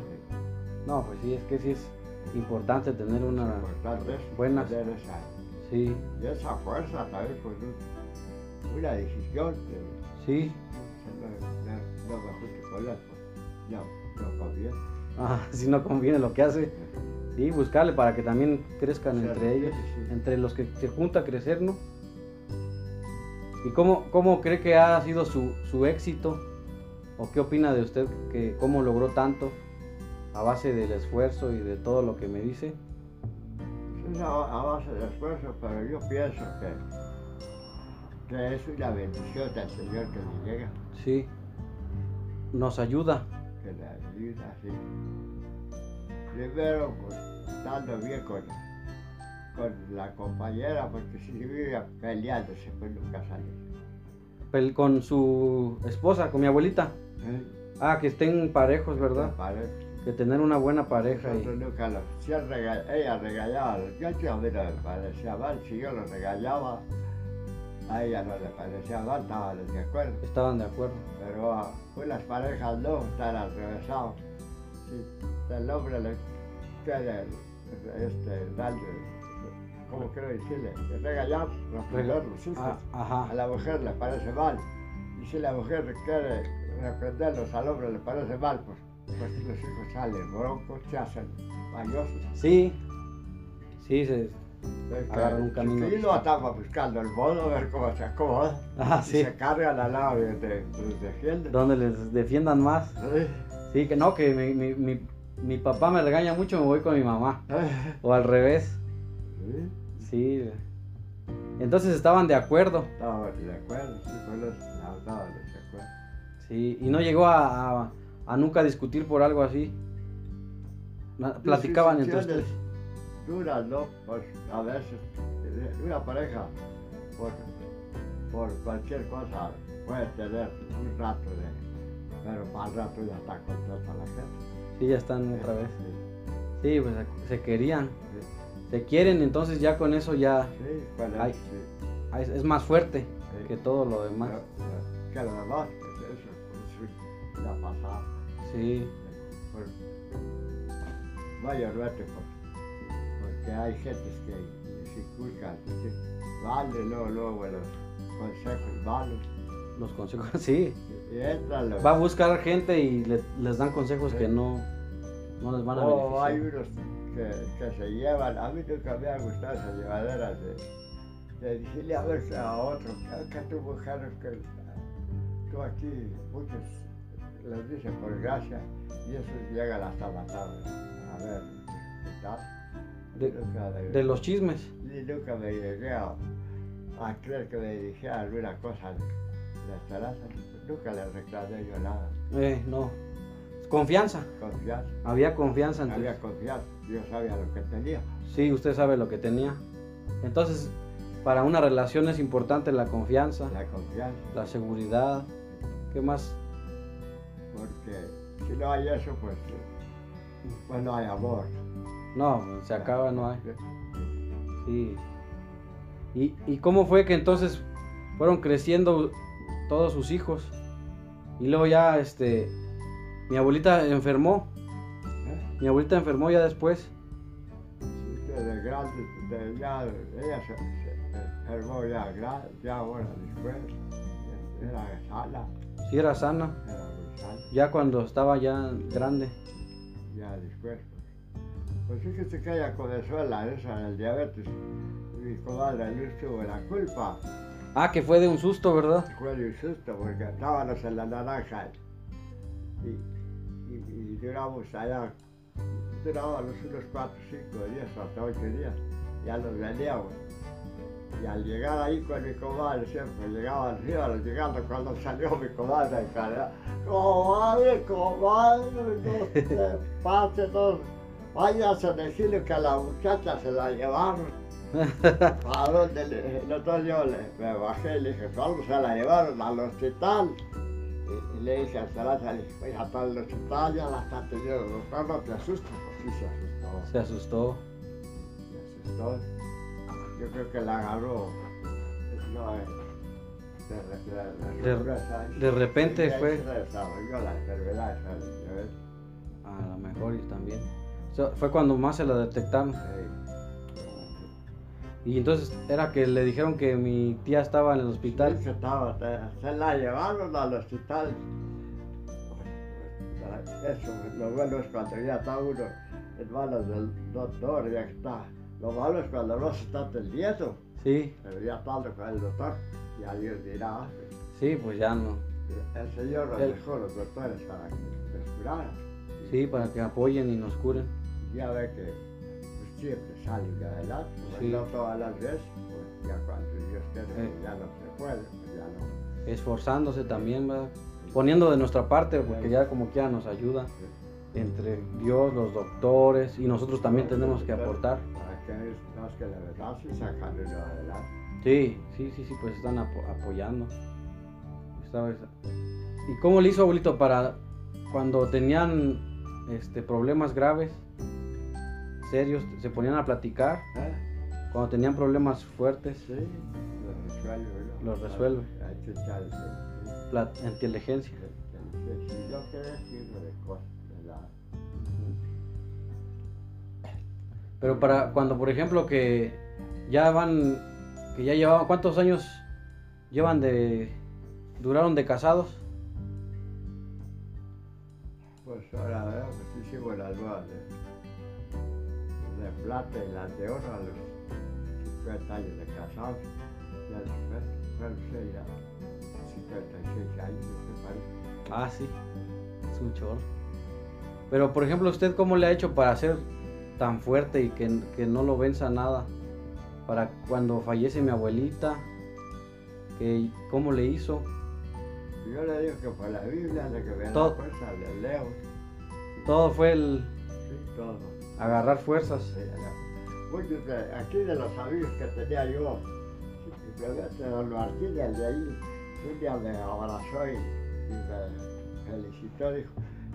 Speaker 3: No, pues sí, es que sí es importante tener una...
Speaker 2: Importante es
Speaker 3: Ah, Buenas.
Speaker 2: tener esa,
Speaker 3: Sí,
Speaker 2: y esa fuerza también con un- una decisión. que-
Speaker 3: sí.
Speaker 2: No, no, no me ajuste con la- No, no conviene.
Speaker 3: Ah, si no conviene lo que hace. Sí, buscarle para que también crezcan entre ellos, entre los que se junta a crecer, ¿no? ¿Y cómo, cómo cree que ha sido su, su éxito? ¿O qué opina de usted que cómo logró tanto a base del esfuerzo y de todo lo que me dice?
Speaker 2: Es a, a base de esfuerzo, pero yo pienso que, que es una bendición del Señor que le llega,
Speaker 3: Sí. Nos ayuda.
Speaker 2: que le ayuda así. Primero, pues, estando bien con, con la compañera, porque si vive peleándose, pues nunca sale.
Speaker 3: Pel- Con su esposa, con mi abuelita. Ah, que estén parejos, ¿verdad?
Speaker 2: Parece.
Speaker 3: Que tener una buena pareja.
Speaker 2: Nosotros
Speaker 3: Y...
Speaker 2: nunca lo- si él rega- ella regañaba a los muchachos, a mí no me parecía mal. Si yo lo regañaba, a ella no le parecía mal, estábamos de acuerdo.
Speaker 3: Estaban de acuerdo.
Speaker 2: Pero a unas parejas no, están atravesados. Si el hombre le quiere este, darle, ¿cómo quiero decirle? Regañar, reprender los hijos.
Speaker 3: Ah, ajá.
Speaker 2: A la mujer le parece mal. Y si la mujer quiere reprenderlos al hombre le parece mal, pues, pues los hijos salen broncos, se hacen mañosos.
Speaker 3: Sí. Sí, se... Agarran
Speaker 2: Agarran
Speaker 3: un camino.
Speaker 2: Y lo estamos buscando el modo, a ver cómo se acomoda.
Speaker 3: Ah,
Speaker 2: Y
Speaker 3: sí.
Speaker 2: se cargan al lado y te, te defienden.
Speaker 3: Donde les defiendan más. Sí, que no, que mi, mi- mi- mi papá me regaña mucho, me voy con mi mamá. O al revés.
Speaker 2: Sí,
Speaker 3: Sí. Entonces estaban de acuerdo.
Speaker 2: Estaban de acuerdo, sí, con los estaban de acuerdo.
Speaker 3: Sí. Y no llegó a, a- a nunca discutir por algo así. Na- Platicaban entre
Speaker 2: Discusiones
Speaker 3: ustedes.
Speaker 2: Duras, ¿no? Pues a veces eh, una pareja por, por cualquier cosa puede tener un rato de... Pero para el rato ya está contenta la gente.
Speaker 3: Sí, ya están otra vez. Sí, pues se- se querían.
Speaker 2: Sí,
Speaker 3: Se quieren, entonces ya con eso ya
Speaker 2: sí, bueno,
Speaker 3: Ay.
Speaker 2: sí.
Speaker 3: Ah, es, es más fuerte
Speaker 2: Sí.
Speaker 3: que todo lo demás.
Speaker 2: Pero, eh, Que lo demás, pues, eso, pues, ya pasado.
Speaker 3: Sí.
Speaker 2: por mayormente por, porque hay gentes que les inculcan ¿sí? vale luego luego los consejos malos
Speaker 3: Los consejos, sí.
Speaker 2: y entran los
Speaker 3: Va a buscar gente y le- les dan consejos
Speaker 2: Sí.
Speaker 3: que no, no les van a
Speaker 2: o Oh, hay
Speaker 3: beneficiar.
Speaker 2: unos que, que se llevan a mí nunca me ha gustado esas llevaderas de, de decirle a ver a otro "Ah, que, que tu mujer que tú aquí muchos les dicen por gracia y eso llegan hasta matar a ver ¿qué tal?
Speaker 3: De,
Speaker 2: Nunca le-
Speaker 3: de los chismes.
Speaker 2: Y nunca me llegué a, a creer que me dijera alguna cosa de la esperanza. Nunca le reclamé yo nada.
Speaker 3: Eh, no. Confianza.
Speaker 2: Confianza.
Speaker 3: Había confianza entre
Speaker 2: Había confianza. Yo sabía lo que tenía.
Speaker 3: Sí, usted sabe lo que tenía. Entonces, para una relación es importante la confianza,
Speaker 2: La confianza.
Speaker 3: la seguridad. ¿Qué más?
Speaker 2: Porque si no hay eso, pues, pues no hay amor.
Speaker 3: No, se acaba, no hay.
Speaker 2: Sí.
Speaker 3: Sí. ¿Y, y cómo fue que entonces fueron creciendo todos sus hijos? Y luego ya, este, mi abuelita enfermó,
Speaker 2: ¿Eh?
Speaker 3: mi abuelita enfermó ya después.
Speaker 2: Sí, que De grande, de ya, ella se, se enfermó ya, gra- ya ahora después. Era sana,
Speaker 3: Sí era sana,
Speaker 2: era muy sana.
Speaker 3: ya cuando estaba ya grande.
Speaker 2: Ya después, pues. Pues fíjese que ella comenzó la esa del diabetes. Mi comadre Luz tuvo la culpa.
Speaker 3: Ah, que fue de un susto, ¿verdad?
Speaker 2: Fue de un susto porque estábamos en la naranja y, y, y duramos allá. Durábamos unos 4, 5 días, hasta 8 días. Ya nos veníamos. Y al llegar ahí con mi comadre, siempre llegaba arriba, llegando cuando salió mi comadre, y salía, comadre, comadre, no se pase, no, váyase a decirle que a la muchacha se la llevaron. ¿A dónde? Le, entonces yo le, me bajé y le dije, ¿cómo se la llevaron? Al hospital. Y, y le dije al Sarasa, le dije, voy a tal pues, hospital, ya la está teniendo, doctor, no te asustes, pues sí se asustó.
Speaker 3: Se asustó.
Speaker 2: Se asustó. Yo creo que la agarró. No, eh, de, de, de,
Speaker 3: De-
Speaker 2: sorpresa.
Speaker 3: de repente
Speaker 2: Y ahí
Speaker 3: fue-
Speaker 2: se desarrolló la enfermedad esa, ya ves.
Speaker 3: A lo mejor y también. O sea, fue cuando más se la detectaron.
Speaker 2: Sí.
Speaker 3: Y entonces era que le dijeron que mi tía estaba en el hospital.
Speaker 2: Se, estaba- se- se la llevaron al hospital. Pues, Eso, lo bueno es cuando ya está uno en manos del doctor, ya está. Lo malo es cuando no se está atendiendo,
Speaker 3: Sí,
Speaker 2: pero ya está con el doctor y alguien dirá, "Ah,
Speaker 3: sí, pues ya no.
Speaker 2: el señor nos
Speaker 3: El-
Speaker 2: dejó los doctores para que nos curaran.
Speaker 3: Sí, para que apoyen y nos curen.
Speaker 2: Ya ve que pues, siempre salen de adelante, pues,
Speaker 3: Sí.
Speaker 2: no todas las veces, pues ya cuando Dios quiere,
Speaker 3: Eh.
Speaker 2: ya no se puede, pues, ya no.
Speaker 3: Esforzándose también, ¿verdad? Poniendo de nuestra parte, porque ya como quiera nos ayuda. Entre Dios, los doctores y nosotros también tenemos que aportar.
Speaker 2: Para que más que la verdad sí sacan uno adelante.
Speaker 3: Sí, sí, sí, sí, pues están apo- apoyando. ¿Sabes? ¿Y cómo le hizo abuelito para cuando tenían este, problemas graves, serios, se ponían a platicar?
Speaker 2: ¿Eh?
Speaker 3: Cuando tenían problemas fuertes,
Speaker 2: Sí, lo resuelve. ¿no?
Speaker 3: Lo resuelve.
Speaker 2: Hay que echarle. sí,
Speaker 3: la inteligencia.
Speaker 2: sí, sí, sí. Yo creo que uno de cosas, ¿verdad?
Speaker 3: Pero para cuando, por ejemplo, que ya van, que ya llevaban, ¿cuántos años llevan de, duraron de casados?
Speaker 2: Pues ahora ¿verdad? pues hicimos las bodas de, de plata y las de oro a los 50 años de casados. Ya después, fueron seis a 56 años, me parece.
Speaker 3: Ah, sí, es un chorro. Pero, por ejemplo, ¿usted cómo le ha hecho para ser tan fuerte y que, que no lo venza nada? Para cuando fallece mi abuelita, que, ¿cómo le hizo?
Speaker 2: Yo le digo que por la Biblia, le que me da
Speaker 3: Todo-
Speaker 2: fuerza, le leo.
Speaker 3: Todo fue el
Speaker 2: Sí, todo.
Speaker 3: agarrar fuerzas.
Speaker 2: Sí, era- Muchos de aquí de los amigos que tenía yo, simplemente don Martín, el de ahí, un día me abrazó y, y me felicitó, dijo,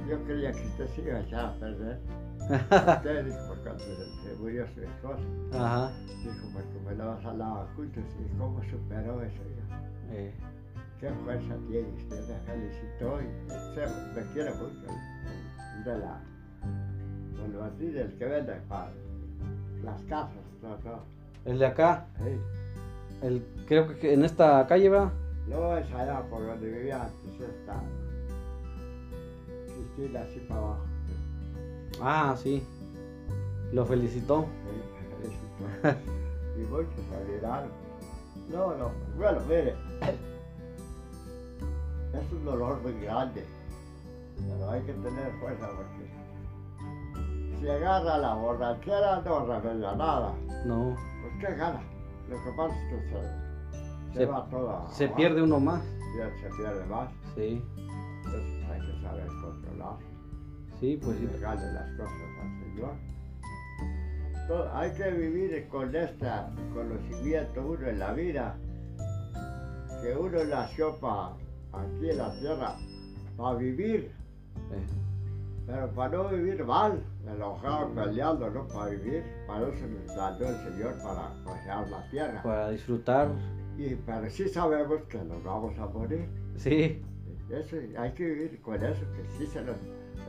Speaker 2: yo creía que usted se iba a echar a perder. Usted dijo, porque cuando se se murió su esposa,
Speaker 3: Ajá.
Speaker 2: dijo, porque me lo vas a lavar juntos, y cómo superó eso. Yo,
Speaker 3: eh,
Speaker 2: Qué fuerza tiene usted, me felicitó y se, me quiere mucho. De la, don Martín, el que vende para las casas, no, no.
Speaker 3: el de acá,
Speaker 2: Sí.
Speaker 3: el, creo que en esta calle, ¿verdad?
Speaker 2: Luego es allá por donde vivía antes esta Cristina así para abajo.
Speaker 3: Ah, sí. Lo felicitó.
Speaker 2: ¿eh? Eso fue. y muchos se olvidaron. No, no. Bueno, mire. Es un dolor muy grande. Pero hay que tener fuerza porque si agarra la borrachera no revela nada.
Speaker 3: No,
Speaker 2: Pues qué gana. Lo que pasa es que se, se,
Speaker 3: Se-
Speaker 2: va toda.
Speaker 3: se pierde uno más.
Speaker 2: Se- se pierde más.
Speaker 3: Sí,
Speaker 2: Entonces hay que saber controlar,
Speaker 3: sí, pues sí.
Speaker 2: entregarle las cosas al Señor. Entonces, hay que vivir con este conocimiento uno en la vida, que uno nació para aquí en la tierra, para vivir,
Speaker 3: eh,
Speaker 2: pero para no vivir mal, enojado, peleando, no para vivir. Para eso nos mandó el Señor para pasear la tierra.
Speaker 3: para disfrutar.
Speaker 2: Y pero sí sabemos que nos vamos a morir.
Speaker 3: Sí,
Speaker 2: Eso, hay que vivir con eso, que sí se nos,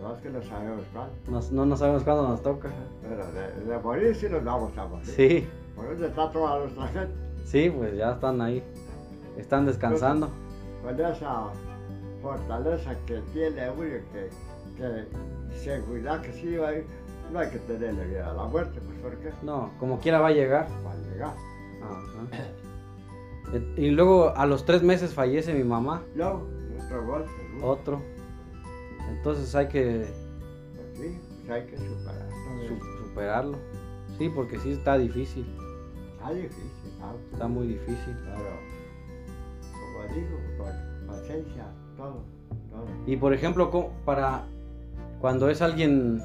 Speaker 2: más que no sabemos cuál.
Speaker 3: nos- no nos sabemos cuándo nos toca.
Speaker 2: Pero de, de morir sí nos vamos a morir.
Speaker 3: Sí,
Speaker 2: Por eso está toda nuestra gente.
Speaker 3: sí, pues ya están ahí. Están descansando.
Speaker 2: Con esa fortaleza que tiene uno, que, que seguridad que sí va a ir, no hay que tenerle miedo a la muerte, pues porque
Speaker 3: No, como quiera va a llegar.
Speaker 2: va a llegar.
Speaker 3: Ajá. Eh, Y luego a los tres meses fallece mi mamá,
Speaker 2: No, otro golpe. ¿no?
Speaker 3: otro. Entonces hay que
Speaker 2: Pues sí, pues hay que superar. todo
Speaker 3: su-
Speaker 2: eso.
Speaker 3: superarlo. Sí, porque sí está difícil.
Speaker 2: Está difícil, ¿sabes?
Speaker 3: Está muy difícil.
Speaker 2: Pero, como digo, con paciencia, todo, todo.
Speaker 3: Y por ejemplo, co- para cuando es alguien,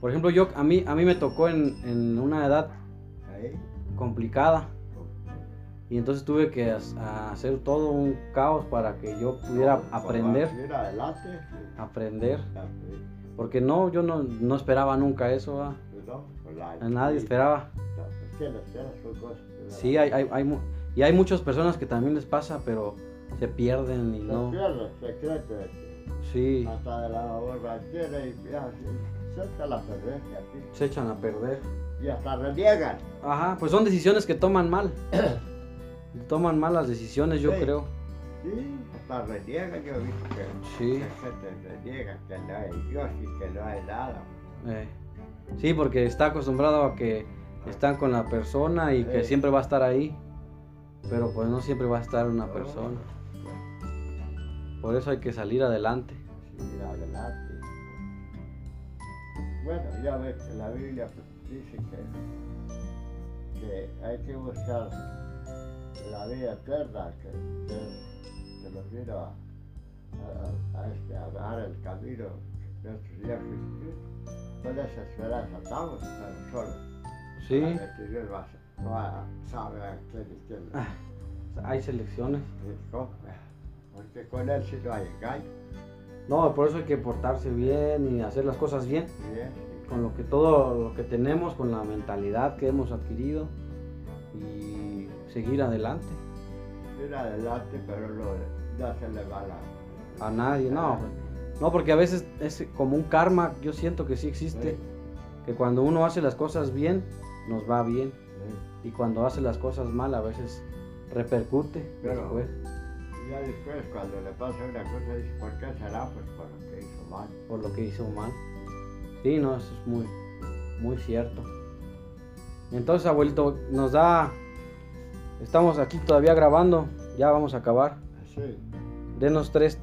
Speaker 3: por ejemplo, yo a mí a mí me tocó en, en una edad
Speaker 2: Ahí.
Speaker 3: complicada. Y entonces tuve que as- a hacer todo un caos para que yo pudiera
Speaker 2: pues,
Speaker 3: aprender,
Speaker 2: Ir adelante.
Speaker 3: aprender.
Speaker 2: sí,
Speaker 3: Porque no, yo no, no esperaba nunca eso, ¿va?
Speaker 2: ¿no? Con la-
Speaker 3: a nadie esperaba.
Speaker 2: No, es que las peras son cosas que-
Speaker 3: Sí, hay, hay, hay mu- y hay muchas personas que también les pasa, pero se pierden y
Speaker 2: Se
Speaker 3: no.
Speaker 2: pierde el secreto ese.
Speaker 3: Sí,
Speaker 2: Hasta de la borrachera y ya, se- suelta la cerveza aquí.
Speaker 3: se echan a perder.
Speaker 2: Y hasta reniegan.
Speaker 3: Ajá, pues son decisiones que toman mal. toman malas decisiones, yo
Speaker 2: Sí.
Speaker 3: creo.
Speaker 2: Sí, hasta reniegan. Yo he visto que
Speaker 3: Sí.
Speaker 2: que gente reniega que no hay Dios y que no hay nada.
Speaker 3: eh. Sí, porque está acostumbrado a que están con la persona y que
Speaker 2: Sí.
Speaker 3: siempre va a estar ahí. Pero pues no siempre va a estar una persona.
Speaker 2: Oh,
Speaker 3: Por eso hay que salir adelante.
Speaker 2: seguir adelante. Bueno, ya ves que la Biblia dice que, que hay que buscar la vida eterna, que, que- que nos vino a, a- a- a este, a dar el camino nuestro Señor Jesucristo. Con esa esperanza estamos tan solos.
Speaker 3: Sí,
Speaker 2: El Señor va a- va a saber a quién y quién
Speaker 3: Ah.
Speaker 2: no.
Speaker 3: hay selecciones.
Speaker 2: Porque con él sí no hay engaño.
Speaker 3: No, por eso hay que portarse bien y hacer las cosas bien.
Speaker 2: ¿sí?
Speaker 3: con lo que todo lo que tenemos, con la mentalidad que hemos adquirido y seguir adelante.
Speaker 2: ir adelante, pero no, no se le va la.
Speaker 3: A nadie, no. No, porque a veces es como un karma, yo siento que sí existe,
Speaker 2: Sí.
Speaker 3: que cuando uno hace las cosas bien, nos va bien,
Speaker 2: Sí.
Speaker 3: y cuando hace las cosas mal, a veces repercute
Speaker 2: Claro.
Speaker 3: después,
Speaker 2: Y Ya después, cuando le pasa una cosa, dice: ¿Por qué será? Pues por lo que hizo mal.
Speaker 3: por lo que hizo mal. Sí, no, eso es muy, muy cierto. Entonces, abuelito, nos da... Estamos aquí todavía grabando, ya vamos a acabar.
Speaker 2: Sí.
Speaker 3: Denos tres,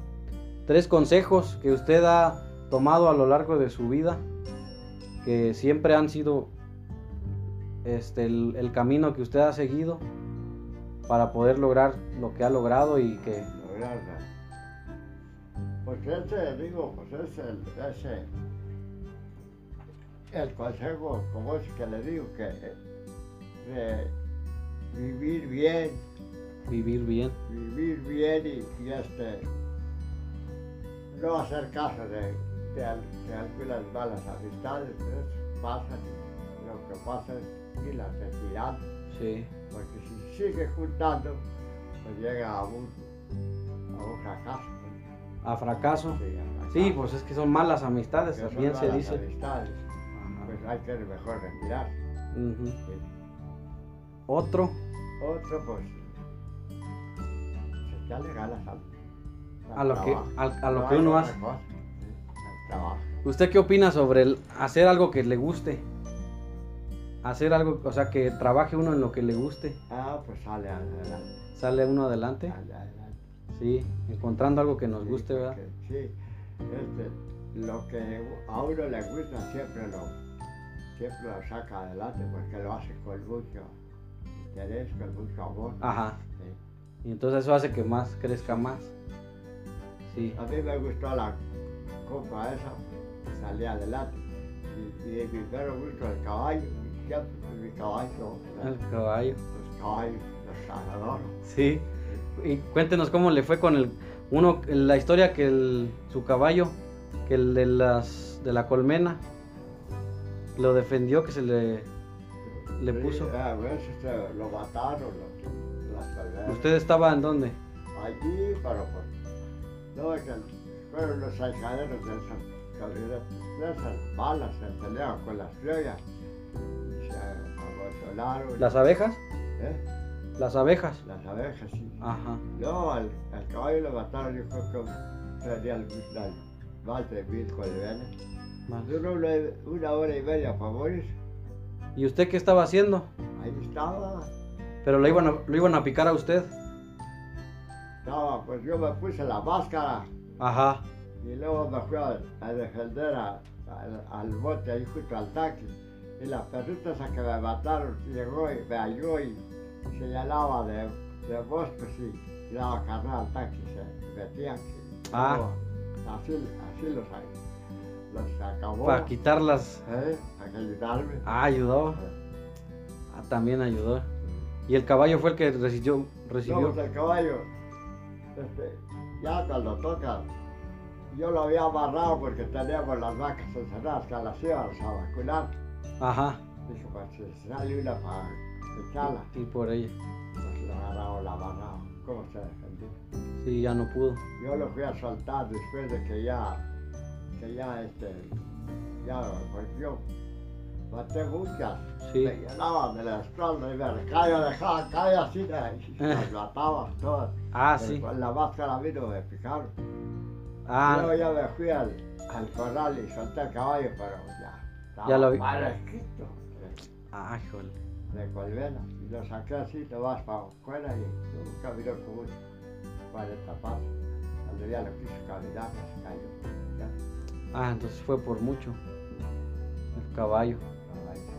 Speaker 3: tres consejos que usted ha tomado a lo largo de su vida, que siempre han sido este, el, el camino que usted ha seguido para poder lograr lo que ha logrado y que...
Speaker 2: Lograrla. Pues ese, digo, pues ese, ese. El consejo, como es que le digo, que. eh, de vivir bien,
Speaker 3: Vivir bien.
Speaker 2: vivir bien y, y, este no hacer caso de, de al- de algunas malas amistades ¿ves? pasan y lo que pasa es y las retiran
Speaker 3: Sí,
Speaker 2: porque si sigue juntando pues llega a un a un fracaso ¿no?
Speaker 3: a fracaso.
Speaker 2: Sí, a fracaso.
Speaker 3: Sí, pues es que son malas amistades,
Speaker 2: Que son
Speaker 3: también se
Speaker 2: malas
Speaker 3: dice. Ah.
Speaker 2: amistades
Speaker 3: Ajá.
Speaker 2: pues hay que mejor retirarse
Speaker 3: Ujú.
Speaker 2: ¿sí?
Speaker 3: Otro,
Speaker 2: otro pues se echarle ganas al, al
Speaker 3: a lo que,
Speaker 2: trabajo.
Speaker 3: al- a lo
Speaker 2: No
Speaker 3: que
Speaker 2: hay
Speaker 3: uno
Speaker 2: otra
Speaker 3: hace.
Speaker 2: cosa, sí, al trabajo
Speaker 3: ¿Usted qué opina sobre el hacer algo que le guste? Hacer algo, o sea, que trabaje uno en lo que le guste.
Speaker 2: Ah, pues sale adelante.
Speaker 3: Sale uno adelante.
Speaker 2: sale adelante.
Speaker 3: Sí, encontrando algo que nos
Speaker 2: Sí,
Speaker 3: guste, ¿verdad?
Speaker 2: porque sí, este, lo que a uno le gusta siempre lo, siempre lo saca adelante porque lo hace con mucho interés, con mucho amor.
Speaker 3: Ajá.
Speaker 2: sí.
Speaker 3: Y entonces eso hace que más crezca más. Sí.
Speaker 2: A mí me gustó la copa esa, salí adelante. Y, y mi perro gusto el caballo, y siempre mi caballo,
Speaker 3: El caballo.
Speaker 2: los caballos, los ganadores.
Speaker 3: Sí. Y cuéntenos cómo le fue con el uno la historia que el, su caballo que el de las de la colmena lo defendió que se le Le puso.
Speaker 2: A veces eh, lo mataron, lo- las peleas.
Speaker 3: ¿Usted estaba en dónde?
Speaker 2: allí, pero pues, no, es que fueron los ajaderos de esas cabinas, de esas balas, se pelearon con las criollas, y se abandonaron,
Speaker 3: ¿Las abejas?
Speaker 2: ¿eh?
Speaker 3: Las abejas.
Speaker 2: las abejas, sí.
Speaker 3: Ajá.
Speaker 2: No, al, al caballo lo mataron, yo creo que tenía el- la- más de mil colmenas.
Speaker 3: Vale.
Speaker 2: Duró una, una hora y media para morir,
Speaker 3: ¿Y usted qué estaba haciendo?
Speaker 2: ahí estaba,
Speaker 3: Pero lo iban a, lo iban a picar a usted.
Speaker 2: estaba, pues yo me puse la máscara.
Speaker 3: Ajá.
Speaker 2: Y luego me fui a, a defender a- al- al bote ahí junto al taxi. Y la perrita esa que me mataron llegó y me halló y se llenaba de, de bosques y daba carrera al taxi, se metían. y
Speaker 3: Ah.
Speaker 2: luego Así, así los, a- los acabó.
Speaker 3: Para quitarlas.
Speaker 2: ¿eh? Para que ayudarme.
Speaker 3: Ah, ayudó. Ah, también ayudó.
Speaker 2: Sí.
Speaker 3: Y el caballo fue el que recibió.
Speaker 2: No,
Speaker 3: recibió.
Speaker 2: pues el caballo, este, ya cuando toca, yo lo había amarrado porque teníamos las vacas encerradas, que las íbamos a vacunar.
Speaker 3: Ajá.
Speaker 2: Dijo, pues si sale una para echarla,
Speaker 3: Y por ella.
Speaker 2: pues la agarraba, la amarraba. ¿Cómo se defendía?
Speaker 3: Sí, ya no pudo.
Speaker 2: Yo lo fui a saltar después de que ya, que ya, este, ya volvió. Maté muchas.
Speaker 3: Sí.
Speaker 2: Me llenaban de la espalda y me dejaba, yo dejaba caer así, de- las mataba todas.
Speaker 3: Ah,
Speaker 2: Pero
Speaker 3: sí.
Speaker 2: Con la máscara vino me picaron. Yo
Speaker 3: Ah,
Speaker 2: ya me fui al, al corral y solté el caballo, pero ya. Estaba
Speaker 3: Ya lo vi.
Speaker 2: parejito.
Speaker 3: ah, híjole.
Speaker 2: De colmena. Y lo saqué así, te vas para afuera y un camino como un 40 pasos. Cuando ya lo quiso caminar, pues cayó. Ya,
Speaker 3: Ah, entonces fue por mucho. El caballo.
Speaker 2: no la hice.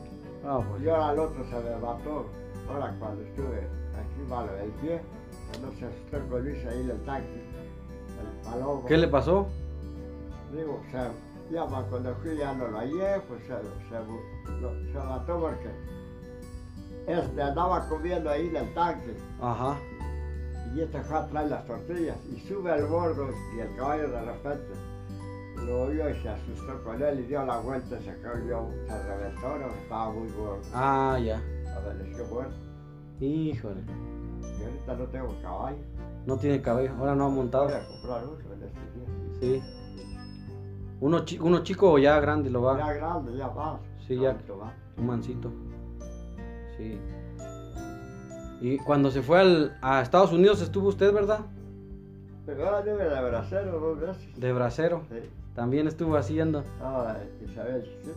Speaker 3: Ah, pues.
Speaker 2: Y ahora el otro se me mató. Ahora cuando estuve aquí malo del pie, entonces estoy con Luis ahí en el taxi. El palomo.
Speaker 3: ¿Qué le pasó?
Speaker 2: Digo, se, ya pa- cuando fui ya no lo hallé, pues se, se, bu- lo- se mató porque este andaba comiendo ahí en el tanque
Speaker 3: Ajá.
Speaker 2: y este fue a traer las tortillas y sube al bordo y el caballo de repente lo vio y se asustó con él y dio la vuelta y se cayó, se reventó, no, estaba muy gordo,
Speaker 3: Ah, ya.
Speaker 2: adoleció muerto
Speaker 3: Híjole.
Speaker 2: y ahorita no tengo caballo,
Speaker 3: No tiene cabello. Ahora no ha montado.
Speaker 2: voy a comprar uno en este día.
Speaker 3: Sí. Uno, chi- uno chico o ya grande lo va.
Speaker 2: Ya grande, ya va.
Speaker 3: Ah. Sí, ya.
Speaker 2: Adulto, va.
Speaker 3: Un mancito. Sí. Y cuando se fue al, a Estados Unidos estuvo usted, ¿verdad?
Speaker 2: Pero ahora debe de bracero dos veces.
Speaker 3: De bracero.
Speaker 2: Sí.
Speaker 3: También estuvo haciendo.
Speaker 2: Ah, Isabel Chiquita.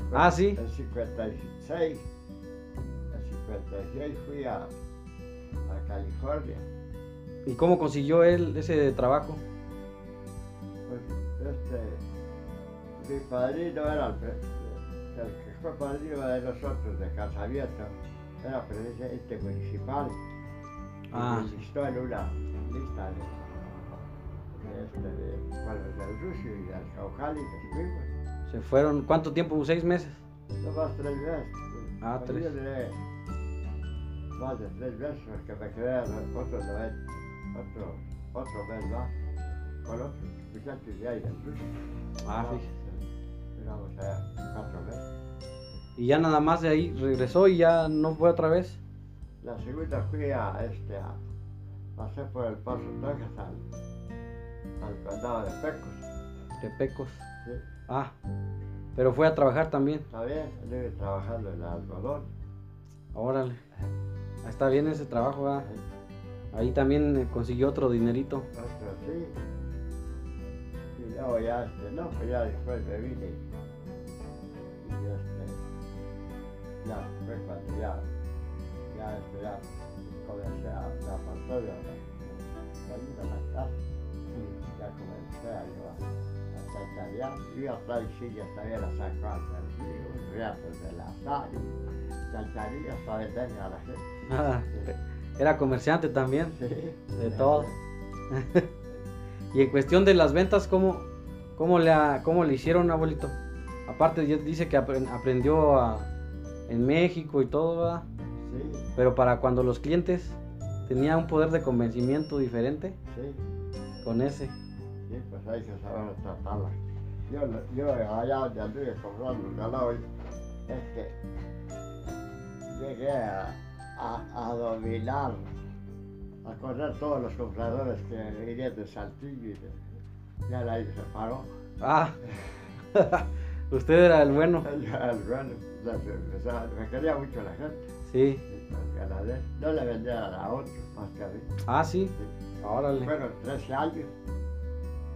Speaker 2: cuando-
Speaker 3: Ah, sí.
Speaker 2: En 56. En 56 fui a, a California.
Speaker 3: ¿Y cómo consiguió él ese trabajo?
Speaker 2: Pues, este, mi padrino era el, pre- el que fue padrino de nosotros, de Casabieto. Era presidente municipal. Y
Speaker 3: Ah.
Speaker 2: me listó en una lista de, de, este, de- bueno, del Rusio y del Caujali que fuimos.
Speaker 3: Se fueron, ¿cuánto tiempo? ¿Seis meses?
Speaker 2: No más tres veces.
Speaker 3: Ah,
Speaker 2: Pero
Speaker 3: tres.
Speaker 2: Yo diré más de tres veces porque me quedé otro, noven- otro, otro mes más con otro muchacho de ahí del sur.
Speaker 3: Ah,
Speaker 2: Vamos,
Speaker 3: fíjese.
Speaker 2: eh, Digamos, eh, cuatro meses.
Speaker 3: Y ya nada más de ahí regresó y ya no fue otra vez.
Speaker 2: La segunda fui a este, a pasé por el paso Texas al, al condado de Pecos.
Speaker 3: De Pecos.
Speaker 2: ¿sí?
Speaker 3: Ah. Pero fue a trabajar también.
Speaker 2: Está bien, estuve trabajando en algodón.
Speaker 3: Órale. Ah, Está bien ese trabajo, ¿verdad?
Speaker 2: eh,
Speaker 3: Ahí también eh, consiguió otro dinerito.
Speaker 2: Otro sí. Y luego ya, este, no, pues ya después me vine. Y ya, este, ya fue cuando ya, ya, este, ya comencé a me apartar de la salida de la casa. Y ya comencé a yo a- a chacharear. Yo ya traía sillas, todavía las saco a los reatos de la sal. Chacharías para venderle a la gente.
Speaker 3: Ah, Era comerciante también.
Speaker 2: Sí.
Speaker 3: De todo. Y en cuestión de las ventas, ¿cómo, cómo, le, ha- cómo le hicieron, abuelito? Aparte, ya dice que apren- aprendió a- en México y todo, ¿verdad?
Speaker 2: Sí.
Speaker 3: Pero para cuando los clientes tenía un poder de convencimiento diferente
Speaker 2: Sí,
Speaker 3: con ese.
Speaker 2: sí, pues hay que saber tratarla. Yo, lo- yo allá donde anduve comprando calor, este, llegué a, a, a dominar, a correr todos los compradores que venían de Saltillo y de, ya la se paró.
Speaker 3: Ah, usted era el bueno.
Speaker 2: Ya, bueno, ya se- empezaba- me quería mucho la gente,
Speaker 3: Sí.
Speaker 2: y al ganadero. no le vendía a otro más que a mí.
Speaker 3: Ah, sí. Órale.
Speaker 2: Fueron 13 años.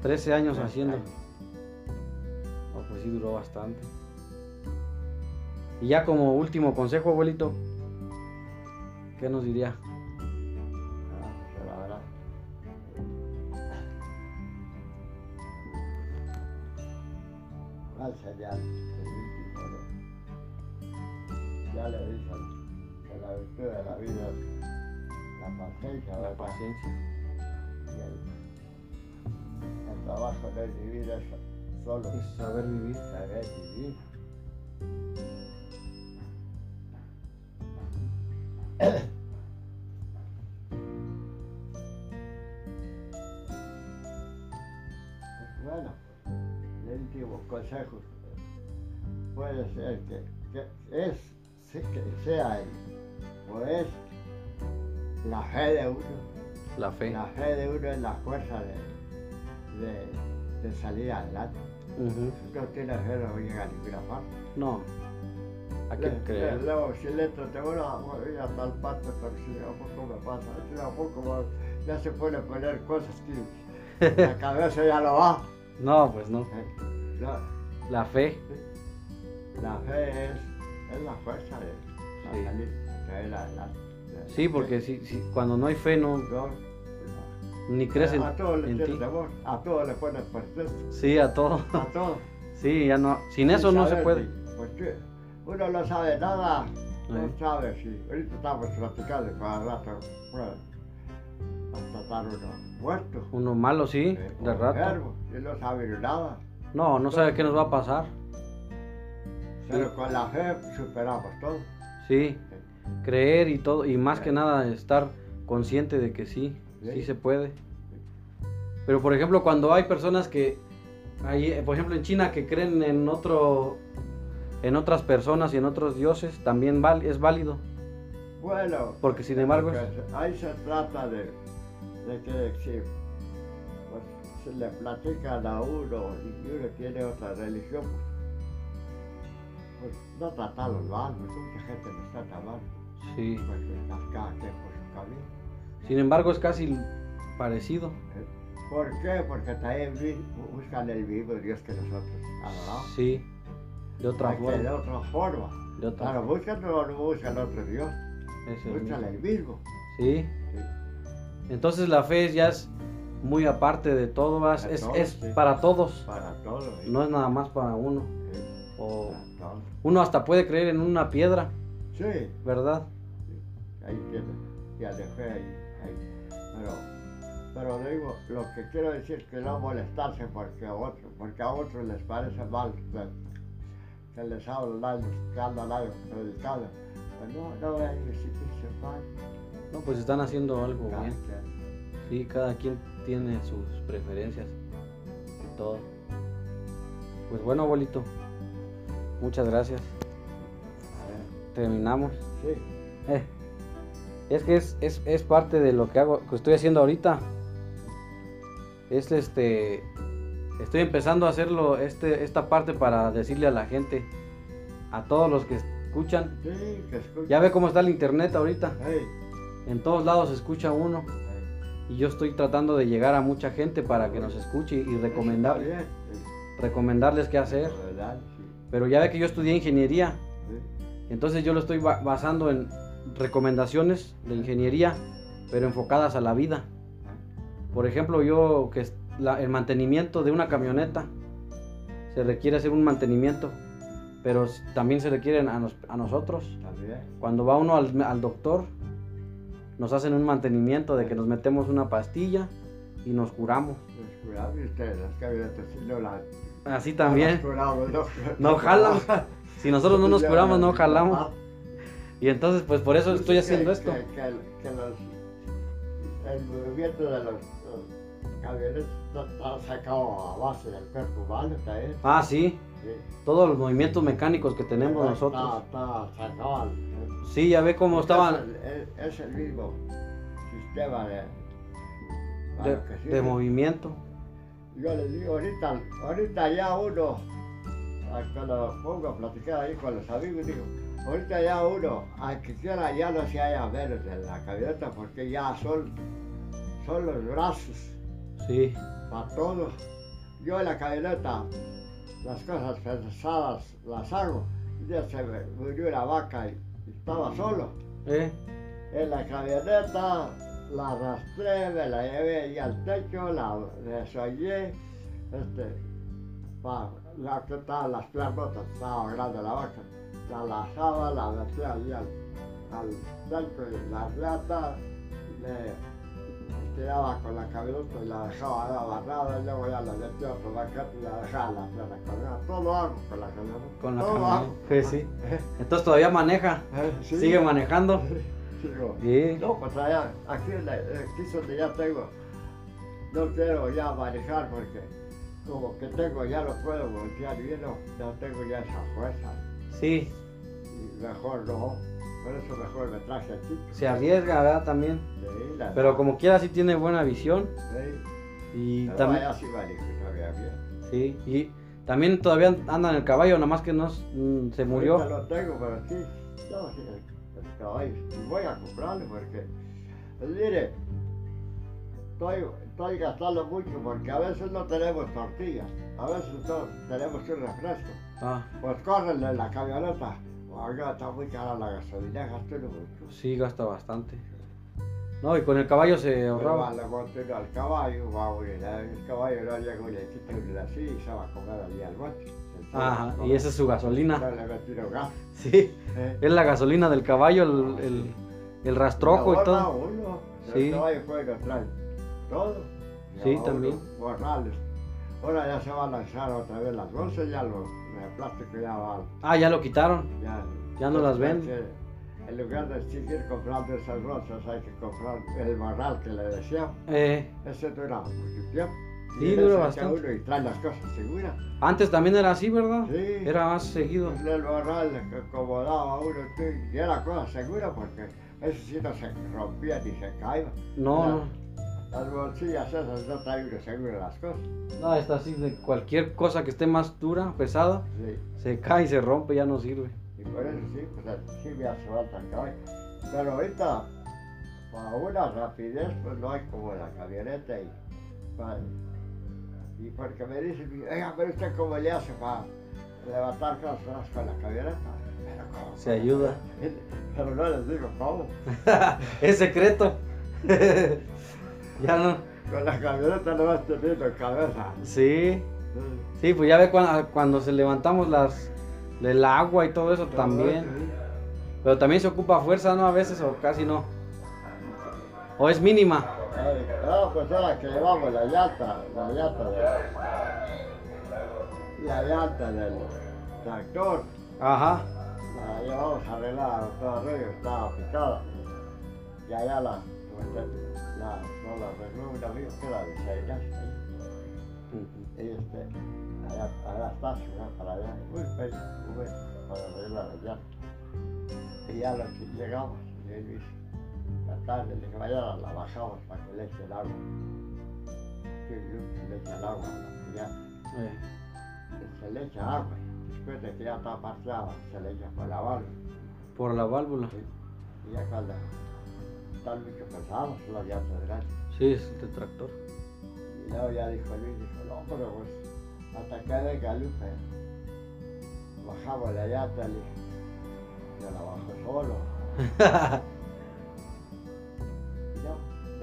Speaker 3: 13 años
Speaker 2: 13
Speaker 3: haciendo.
Speaker 2: años.
Speaker 3: Ah, pues sí, duró bastante. Y ya como último consejo, abuelito, ¿qué nos diría?
Speaker 2: Ah, pues, la verdad. ¿Cuál sería el último, no? Ya le dicen que la virtud de la vida es la paciencia,
Speaker 3: La
Speaker 2: ¿verdad?
Speaker 3: paciencia.
Speaker 2: Y el, el trabajo de vivir eso, solo
Speaker 3: Y pues, saber vivir.
Speaker 2: saber vivir. Bueno, el último consejo puede ser que, que es sí, que sea él, o es la fe de uno.
Speaker 3: La fe.
Speaker 2: La fe de uno es la fuerza de, de, de salir adelante.
Speaker 3: Ujú.
Speaker 2: Si no tiene fe no llega a ninguna parte.
Speaker 3: No. Hay que
Speaker 2: Le- le-
Speaker 3: creer.
Speaker 2: Luego, si le tengo una voy a tal parte, pero si de a poco me pasa, si de a poco va- ya se puede poner cosas que la cabeza ya lo va.
Speaker 3: No, pues no.
Speaker 2: ¿eh? La,
Speaker 3: La fe.
Speaker 2: la fe es, es la fuerza de para
Speaker 3: Sí.
Speaker 2: salir, de salir adelante. de-
Speaker 3: Sí, porque si, si- cuando no hay fe, no,
Speaker 2: Yo-
Speaker 3: ni crees en,
Speaker 2: a todos les
Speaker 3: en ti.
Speaker 2: tienen temor, a todos les ponen pretextos,
Speaker 3: Sí, a todo.
Speaker 2: a todos.
Speaker 3: Sí, ya no. Sin eso
Speaker 2: Sin
Speaker 3: no se
Speaker 2: saber,
Speaker 3: puede.
Speaker 2: Porque pues, uno no sabe nada, no
Speaker 3: Sí.
Speaker 2: sabe si. Ahorita estamos platicando para rato, bueno, a tratar uno muerto.
Speaker 3: Uno malo, sí,
Speaker 2: eh,
Speaker 3: de
Speaker 2: o
Speaker 3: rato.
Speaker 2: enfermo, y no sabe nada.
Speaker 3: No, no sabe qué nos va a pasar.
Speaker 2: Pero con la fe superamos todo.
Speaker 3: Sí, creer y todo, y más que
Speaker 2: Sí.
Speaker 3: nada estar consciente de que sí, sí,
Speaker 2: Sí.
Speaker 3: se puede. Pero por ejemplo, cuando hay personas que, hay, eh, por ejemplo en China, que creen en otro, en otras personas y en otros dioses, también val- es válido.
Speaker 2: Bueno,
Speaker 3: Porque, sin embargo, es-
Speaker 2: porque ahí se trata de, de que si, pues, si le platican a uno y uno tiene otra religión, pues no tratarlo mal, pues, mucha gente nos trata mal.
Speaker 3: Sí.
Speaker 2: Pues las cada quien por su camino.
Speaker 3: Sin embargo, es casi parecido.
Speaker 2: ¿eh? ¿Por qué? Porque también vi- buscan el mismo Dios que nosotros. adoramos.
Speaker 3: Sí. De otra
Speaker 2: Hay que De
Speaker 3: forma.
Speaker 2: otra forma.
Speaker 3: De otra
Speaker 2: Claro, buscan, no, no buscan otro Dios,
Speaker 3: es el
Speaker 2: buscan
Speaker 3: mismo.
Speaker 2: el mismo.
Speaker 3: Sí.
Speaker 2: Sí.
Speaker 3: Entonces la fe ya es muy aparte de todo, ¿verdad?
Speaker 2: De
Speaker 3: es,
Speaker 2: todo,
Speaker 3: es
Speaker 2: sí.
Speaker 3: para todos.
Speaker 2: Para todos. ¿eh?
Speaker 3: No es nada más para uno.
Speaker 2: Sí,
Speaker 3: O
Speaker 2: para todos.
Speaker 3: uno hasta puede creer en una piedra,
Speaker 2: Sí.
Speaker 3: ¿verdad?
Speaker 2: ahí tiene, ya dejé ahí, ahí. Pero, pero digo, lo que quiero decir es que no molestarse porque a otros, porque a otros les parece mal que, que les hablan algo, que andan algo predicando. Pues no, no voy a ir si dice mal.
Speaker 3: No, pues están haciendo algo
Speaker 2: Cada
Speaker 3: bien.
Speaker 2: quien.
Speaker 3: Sí, cada quien tiene sus preferencias y todo. Pues bueno, abuelito. Muchas gracias.
Speaker 2: A ver,
Speaker 3: Terminamos.
Speaker 2: Sí,
Speaker 3: Eh, Es que es, es- es parte de lo que hago, que estoy haciendo ahorita. Es este. Estoy empezando a hacerlo este, esta parte para decirle a la gente, a todos los que escuchan.
Speaker 2: sí, que escucha.
Speaker 3: Ya ve cómo está el internet ahorita.
Speaker 2: Ey,
Speaker 3: En todos lados se escucha uno.
Speaker 2: ey,
Speaker 3: Y yo estoy tratando de llegar a mucha gente para que nos escuche y recomendarles,
Speaker 2: está bien, sí,
Speaker 3: recomendarles qué hacer.
Speaker 2: la verdad, sí,
Speaker 3: Pero ya ve que yo estudié ingeniería.
Speaker 2: sí,
Speaker 3: Entonces yo lo estoy ba- basando en recomendaciones de ingeniería, pero enfocadas a la vida.
Speaker 2: ah,
Speaker 3: Por ejemplo, yo que es la- el mantenimiento de una camioneta se requiere hacer un mantenimiento, pero s- también se requieren a, nos- a nosotros.
Speaker 2: está bien,
Speaker 3: Cuando va uno al, al doctor, nos hacen un mantenimiento de que nos metemos una pastilla y nos curamos.
Speaker 2: los curados, y ustedes, las camionetas, sí, no las-
Speaker 3: Así
Speaker 2: no
Speaker 3: también.
Speaker 2: las curamos, no,
Speaker 3: No jalan. Si nosotros no
Speaker 2: Pues
Speaker 3: nos
Speaker 2: Ya,
Speaker 3: curamos,
Speaker 2: ya,
Speaker 3: no
Speaker 2: ya,
Speaker 3: jalamos.
Speaker 2: ah.
Speaker 3: Y entonces, pues por eso
Speaker 2: Dice
Speaker 3: estoy
Speaker 2: que-
Speaker 3: haciendo
Speaker 2: que-
Speaker 3: esto.
Speaker 2: Que, que los, el movimiento de los, los camiones está, está sacado a base del cuerpo humano también.
Speaker 3: Ah, sí. todos los movimientos mecánicos que tenemos
Speaker 2: Está,
Speaker 3: nosotros.
Speaker 2: está sacado al-
Speaker 3: Sí, ah. ya ve cómo
Speaker 2: Es
Speaker 3: estaban
Speaker 2: el, es- es el mismo sistema de, para
Speaker 3: de,
Speaker 2: lo que
Speaker 3: de
Speaker 2: sirve.
Speaker 3: movimiento.
Speaker 2: Yo les digo, ahorita, ahorita ya uno, ah, cuando me pongo a platicar ahí con los amigos, digo, ahorita ya uno, aunque quiera, ya no se haya menos en la camioneta porque ya son, son los brazos
Speaker 3: Sí,
Speaker 2: para todos. Yo en la camioneta, las cosas pesadas las hago. Un día se me murió una vaca y y estaba solo.
Speaker 3: eh,
Speaker 2: En la camioneta la arrastré, me la llevé ahí al techo, la desollé, este, pa- la que estaba las plantas, estaba grande la vaca, la lazaba, la metí ahí al, al techo y la plata, le tiraba con la camioneta y la dejaba ahí abarrada, y luego ya la metí a otro banquete y la dejaba la plata colgada. Todo lo hago con la camioneta.
Speaker 3: con la
Speaker 2: todo
Speaker 3: camioneta. Sí, sí. Entonces todavía maneja,
Speaker 2: hago. Sí.
Speaker 3: sigue manejando.
Speaker 2: chico.
Speaker 3: Sí.
Speaker 2: No, pues allá, aquí, en la- aquí es donde ya tengo, no quiero ya manejar porque como que tengo, ya no puedo voltear bien, no, no tengo ya esa fuerza.
Speaker 3: Sí,
Speaker 2: Y mejor no, por eso mejor me traje aquí.
Speaker 3: se arriesga, ¿verdad? También.
Speaker 2: Sí, la
Speaker 3: Pero
Speaker 2: verdad,
Speaker 3: como quiera sí tiene buena visión
Speaker 2: sí.
Speaker 3: y
Speaker 2: Pero
Speaker 3: también
Speaker 2: allá sí manejo todavía bien.
Speaker 3: sí, y también todavía anda en el caballo, nada más que no s- mm, se
Speaker 2: Ahorita
Speaker 3: murió.
Speaker 2: lo tengo, pero sí, no, sí, el- el caballo, sí voy a comprarlo porque, mire, estoy, estoy gastando mucho porque a veces no tenemos tortillas, a veces no tenemos un refresco.
Speaker 3: Ah,
Speaker 2: Pues córrenle la camioneta. Oiga, está muy cara la gasolina, gasté mucho.
Speaker 3: sí gasta bastante. No, y con el caballo se ahorraba.
Speaker 2: Le monté uno al caballo, va a morir. El caballo no llegó y le quité una así y se va a comer allí al monte.
Speaker 3: Ajá, y esa es su gasolina.
Speaker 2: No le metieron gas.
Speaker 3: Sí,
Speaker 2: ¿eh?
Speaker 3: es la gasolina del caballo, el, el, el rastrojo y
Speaker 2: Ahorra
Speaker 3: todo.
Speaker 2: Uno,
Speaker 3: Sí.
Speaker 2: El caballo fue que trae todo.
Speaker 3: Sí,
Speaker 2: Lleva uno
Speaker 3: también.
Speaker 2: Borrales. Ahora ya se va a lanzar otra vez las bolsas, ya los de plástico ya va.
Speaker 3: Ah, ya lo quitaron.
Speaker 2: Ya,
Speaker 3: Ya no las venden.
Speaker 2: Entonces, En lugar de seguir comprando esas bolsas, hay que comprar el barral que le decía.
Speaker 3: Eh,
Speaker 2: Ese dura mucho tiempo.
Speaker 3: Sí,
Speaker 2: Y
Speaker 3: dura
Speaker 2: ese que
Speaker 3: bastante.
Speaker 2: Uno y trae las cosas seguras.
Speaker 3: antes también era así, ¿verdad?
Speaker 2: Sí.
Speaker 3: Era más seguido.
Speaker 2: En el barral que acomodaba uno tú, y era cosa segura porque ese sí no se rompía ni se caía.
Speaker 3: No,
Speaker 2: Las bolsillas esas no traen uno seguro las cosas.
Speaker 3: no, no, está así de cualquier cosa que esté más dura, pesada,
Speaker 2: Sí.
Speaker 3: se cae y se rompe, ya no sirve.
Speaker 2: Y por eso sí, pues sí me hace falta el caballo. Pero ahorita, para una rapidez, pues no hay como la camioneta y. pa- y porque me dicen, oiga, pero usted cómo le hace para levantar cosas con la camioneta. Pero cómo.
Speaker 3: Se ayuda.
Speaker 2: Pero no les digo cómo.
Speaker 3: es secreto. ya no.
Speaker 2: Con la camioneta no vas teniendo cabeza.
Speaker 3: Sí.
Speaker 2: Sí.
Speaker 3: Sí, pues ya ve cuando, cuando se levantamos las el agua y todo eso
Speaker 2: Ah,
Speaker 3: también. Pero también se ocupa fuerza, ¿no? A veces o casi no. O es mínima.
Speaker 2: Ay, No, pues ahora que llevamos la llanta, la llanta de, la llanta del tractor,
Speaker 3: Ajá.
Speaker 2: la llevamos arreglada, estaba arriba, estaba picada. Y allá la, la, no la arregló un amigo que la desayunaste.
Speaker 1: Mm-hmm.
Speaker 2: Y este, allá, allá está, se va para allá, muy bello, muy bello, para arreglar la llanta. Y ya lo que llegamos, y él dice, la tarde, le dije, mañana la bajamos para que le eche el agua. Y yo, le echa el agua, y ya
Speaker 3: Eh,
Speaker 2: se le echa agua. Después de que ya está parchada, se le echa por la barba.
Speaker 3: por la válvula.
Speaker 2: Y ya cuando están mucho pesados, la llanta delante.
Speaker 3: Sí, es el tractor.
Speaker 2: Y luego ya dijo Luis, dijo, no, pero pues hasta que venga Lupe, bajamos la llanta, le dije, yo la bajo solo. Y no,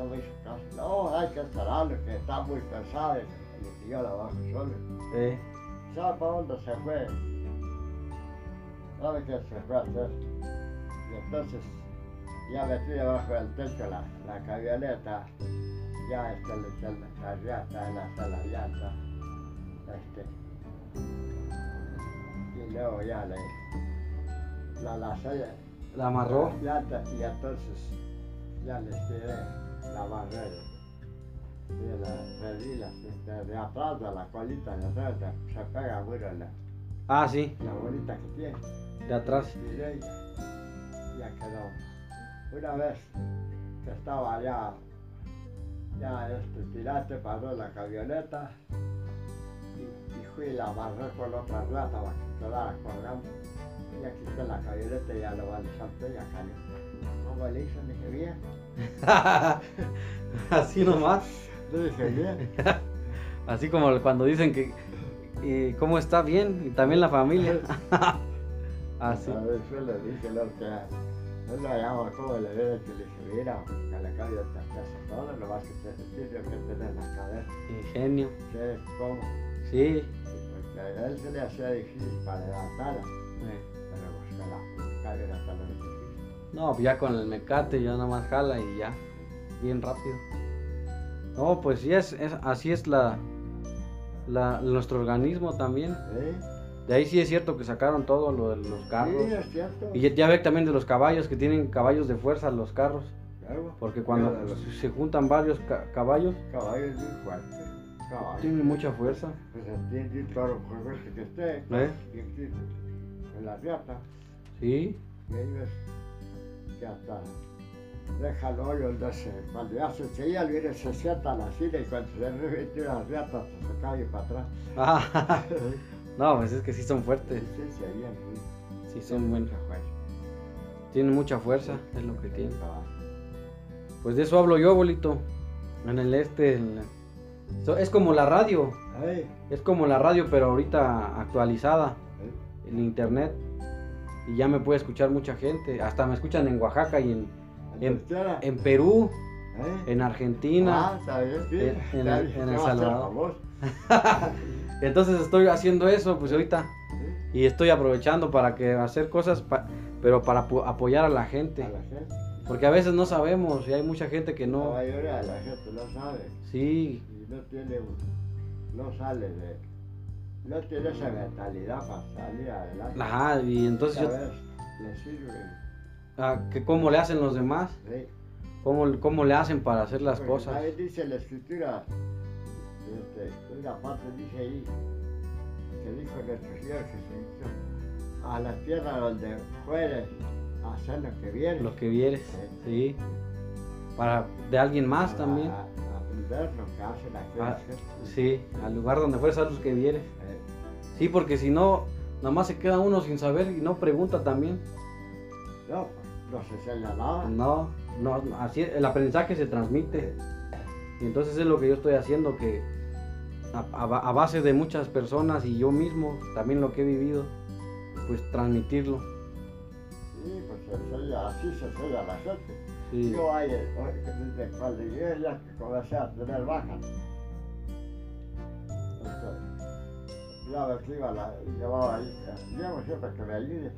Speaker 2: no me hizo caso, no, hay que cerrarlo, que está muy pesada, y le dije, yo la bajo solo.
Speaker 3: Eh,
Speaker 2: ¿Sabe para dónde se fue? ¿Sabe qué se fue a hacer? Y entonces ya metí debajo del techo la, la camioneta, ya este, le eché la carriata, la hasta la llanta, este. Y luego ya le la lacé
Speaker 3: la amarró.
Speaker 2: la llanta y entonces ya le tiré la barrera. Y la perdilas de, de atrás de la colita de atrás de- se pega bueno la,
Speaker 3: Ah, sí,
Speaker 2: la bolita que tiene.
Speaker 3: de atrás.
Speaker 2: Tiré y ya quedó. Una vez que estaba ya, ya este, tirante paró la camioneta y, y fui y la amarré con otra rata para que quedara colgando. Ya quité la camioneta y ya lo vale salté y ya cayó. ¿Cómo le hizo? Le dije bien.
Speaker 3: Así nomás.
Speaker 2: Le dije bien.
Speaker 3: Así como cuando dicen que eh, cómo está bien y también la familia. Así.
Speaker 2: A ver, yo le dije lo que no lo hallaba como le había hecho. Le dije, mira, a la camioneta te hace todo, lo más que te tiene que tener la cabeza.
Speaker 3: Ingenio.
Speaker 2: que es como,
Speaker 3: Sí.
Speaker 2: porque a él se le hacía difícil para levantarla,
Speaker 3: Eh,
Speaker 2: pero pues se la buscaba y era tan difícil.
Speaker 3: No, pues ya con el mecate ya nada más jala y ya. Bien rápido. No, pues sí es, es- así es la, la nuestro organismo también.
Speaker 2: ¿Sí?
Speaker 3: De ahí sí es cierto que sacaron todo lo de los carros.
Speaker 2: ¿Eh? Sí, es cierto.
Speaker 3: Y ya, ya ve también de los caballos, que tienen caballos de fuerza los carros.
Speaker 2: Claro.
Speaker 3: Porque cuando
Speaker 2: Mira, los
Speaker 3: se juntan varios ca- caballos,
Speaker 2: Caballos muy fuertes. Caballos.
Speaker 3: tienen mucha fuerza.
Speaker 2: Pues entiende el toro por fuerte que esté.
Speaker 3: ¿Eh?
Speaker 2: Y aquí, En la riata.
Speaker 3: Sí.
Speaker 2: Y ahí ves que hasta deja el hoyo donde se, cuando ya se seguía, viene, se sienta en la silla y cuando se revierte la riata hasta se cae para atrás.
Speaker 3: Ah, no, pues es que sí son fuertes.
Speaker 2: Sí, seguían. sí.
Speaker 3: Sí son buenos.
Speaker 2: Mucha fuerza.
Speaker 3: Tienen mucha fuerza, es lo que tienen.
Speaker 2: Caballo.
Speaker 3: Pues de eso hablo yo, abuelito. En el este. en la- So- Es como la radio.
Speaker 2: Ahí,
Speaker 3: Es como la radio, pero ahorita actualizada.
Speaker 2: ahí.
Speaker 3: En internet. Y ya me puede escuchar mucha gente. Hasta me escuchan en Oaxaca y en, en-
Speaker 2: Tercera,
Speaker 3: en Perú,
Speaker 2: ¿eh?
Speaker 3: en Argentina.
Speaker 2: Ah, está bien, sí.
Speaker 3: en- en
Speaker 2: Está
Speaker 3: El-
Speaker 2: bien,
Speaker 3: en
Speaker 2: te
Speaker 3: El
Speaker 2: va a hacer
Speaker 3: Salvador.
Speaker 2: famoso,
Speaker 3: Entonces estoy haciendo eso, pues ahorita.
Speaker 2: ¿sí?
Speaker 3: Y estoy aprovechando para que hacer cosas, pa- pero para apo- apoyar a la gente.
Speaker 2: A la gente.
Speaker 3: Porque a veces no sabemos y hay mucha gente que
Speaker 2: La
Speaker 3: no.
Speaker 2: mayoría de la gente no sabe
Speaker 3: Sí,
Speaker 2: y no tiene, un- no sale de, no tiene esa mentalidad para salir adelante.
Speaker 3: ajá, y entonces yo,
Speaker 2: Cada vez le sirve,
Speaker 3: ah, que cómo le hacen los demás,
Speaker 2: sí.
Speaker 3: cómo, cómo le hacen para hacer las
Speaker 2: Porque
Speaker 3: cosas.
Speaker 2: Ahí dice la escritura, este, una parte dice ahí, que dijo nuestro Señor Jesucristo, a la tierra donde fueres, hacer lo que vienes.
Speaker 3: Lo que vieres, sí. Para de alguien más
Speaker 2: Ah.
Speaker 3: también.
Speaker 2: A, a aprender lo que hacen aquellos
Speaker 3: Ah.
Speaker 2: que-
Speaker 3: Sí, al lugar donde fueres, a los que vieres.
Speaker 2: eh,
Speaker 3: Sí, porque si no, nada más se queda uno sin saber y no pregunta también.
Speaker 2: no, pues, no se enseña nada.
Speaker 3: No, no, así el aprendizaje se transmite. Y entonces es lo que yo estoy haciendo, que a, a ba- a base de muchas personas y yo mismo, también lo que he vivido, pues transmitirlo.
Speaker 2: Sí, pues se enseña, así se enseña a la gente.
Speaker 3: Sí.
Speaker 2: Yo ahí, hoy, desde cuando llegué ya que comencé a tener bajas. Entonces, ya ves que iba la, llevaba ahí, eh, llevo siempre que me ayude,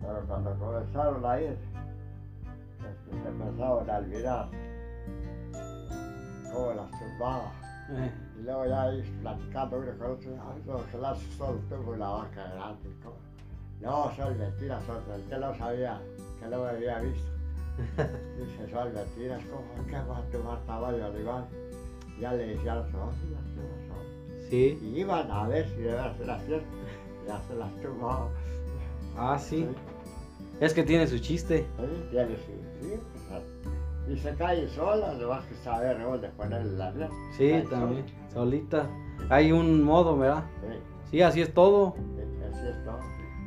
Speaker 2: pero cuando comenzaron a ir, este, se empezaron a olvidar cómo las tumbaba.
Speaker 3: Eh,
Speaker 2: Y luego ya ahí platicando uno con otro, ay, no, ojalá solo tuvo una vaca grande. ¿cómo? No, son mentiras, son mentiras, que no sabía, que no me había visto. Dice, son mentiras, ¿cómo que va a tomar tamaño animal? Ya le decía a los ojos, y las tumbas son.
Speaker 3: sí.
Speaker 2: Y iban a ver si de veras era cierto, ya se las tumbó.
Speaker 3: Ah, sí. Es que tiene su chiste.
Speaker 2: ¿Eh? Tiene su- sí, pues, ah, y se cae sola, no vas a saber dónde ponerle la red.
Speaker 3: Sí,
Speaker 2: Cae
Speaker 3: también.
Speaker 2: sola.
Speaker 3: Solita. Hay un modo, ¿verdad?
Speaker 2: Sí,
Speaker 3: Sí, así es todo.
Speaker 2: sí, así es todo.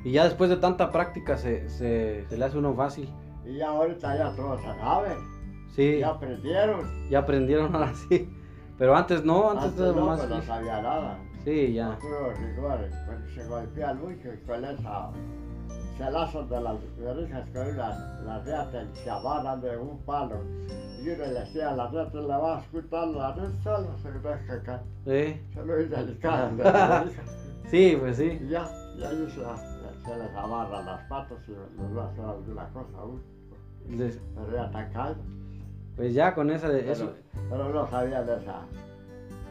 Speaker 3: Y ya después de tanta práctica se, se, se le hace uno fácil.
Speaker 2: Y ya ahorita ya todos saben,
Speaker 3: Sí,
Speaker 2: ya
Speaker 3: ya,
Speaker 2: aprendieron.
Speaker 3: aprendieron ahora sí. Pero antes no, antes,
Speaker 2: Antes
Speaker 3: era
Speaker 2: no,
Speaker 3: más.
Speaker 2: pues no sabía nada.
Speaker 3: Sí, ya.
Speaker 2: A puro rigor, cuando pues, se golpean mucho y con esa se lazan de las orejas con una la reata y se amarran de un palo. Y uno le decía a la reata, le va a escuchar la red solo, se deja caer.
Speaker 3: Sí.
Speaker 2: Son muy delicadas las orejas.
Speaker 3: sí, pues sí.
Speaker 2: Y ya, y ahí se, la- se les amarran las patas y les va a hacer alguna cosa aún.
Speaker 3: Les-
Speaker 2: La reata cae.
Speaker 3: Pues ya con esa, eso-
Speaker 2: Pero, pero no sabían de esa,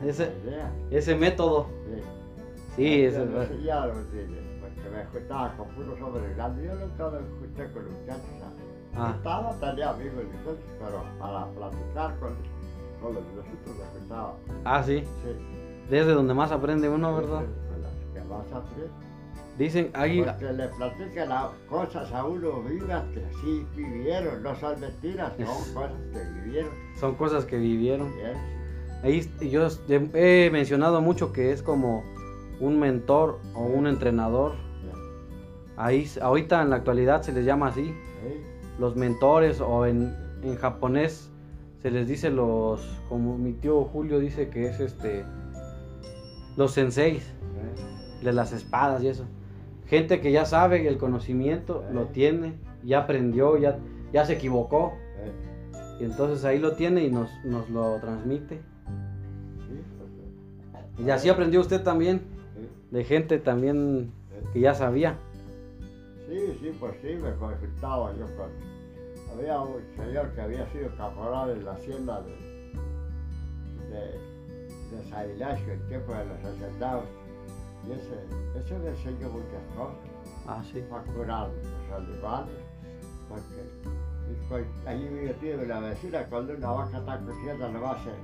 Speaker 2: esa
Speaker 3: ese,
Speaker 2: idea.
Speaker 3: ese método.
Speaker 2: Sí.
Speaker 3: Sí,
Speaker 2: Yo
Speaker 3: ese
Speaker 2: no sé, Ah, ya lo entiendo, porque me juntaba con puros hombres grandes. Yo nunca me junté con muchachos. ¿sabes?
Speaker 3: Ah.
Speaker 2: Estaba, tenía amigos muchachos, pero para platicar con, con los nosotros me juntaba.
Speaker 3: Ah, sí.
Speaker 2: Sí.
Speaker 3: Desde donde más aprende uno, ¿verdad?
Speaker 2: Con las que más aprenden.
Speaker 3: Dicen, ahí,
Speaker 2: Porque le platican a- cosas a uno vivas que sí vivieron, no son mentiras, son cosas que vivieron.
Speaker 3: son cosas que vivieron.
Speaker 2: ¿sí?
Speaker 3: Ahí yo he mencionado mucho que es como un mentor o un entrenador. Ahí, ahorita en la actualidad se les llama así,
Speaker 2: Sí.
Speaker 3: los mentores o en, en japonés se les dice los, como mi tío Julio dice que es este, los senseis.
Speaker 2: Sí.
Speaker 3: de las espadas y eso. Gente que ya sabe el conocimiento,
Speaker 2: Sí.
Speaker 3: lo tiene, ya aprendió, ya, ya se equivocó.
Speaker 2: Sí.
Speaker 3: Y entonces ahí lo tiene y nos, nos lo transmite.
Speaker 2: Sí, pues,
Speaker 3: Y así aprendió usted también,
Speaker 2: sí.
Speaker 3: de gente también que ya sabía.
Speaker 2: Sí, sí, pues sí, me consultaba yo con... Había un señor que había sido caporal en la hacienda de, de, de San Ignacio en tiempo de los asentados. Y ese, eso le enseñó muchas cosas,
Speaker 3: Ah, sí.
Speaker 2: para curar los animales, para que... Y cu- Allí vive tío de la vecina, cuando una vaca está creciendo, no va a ser,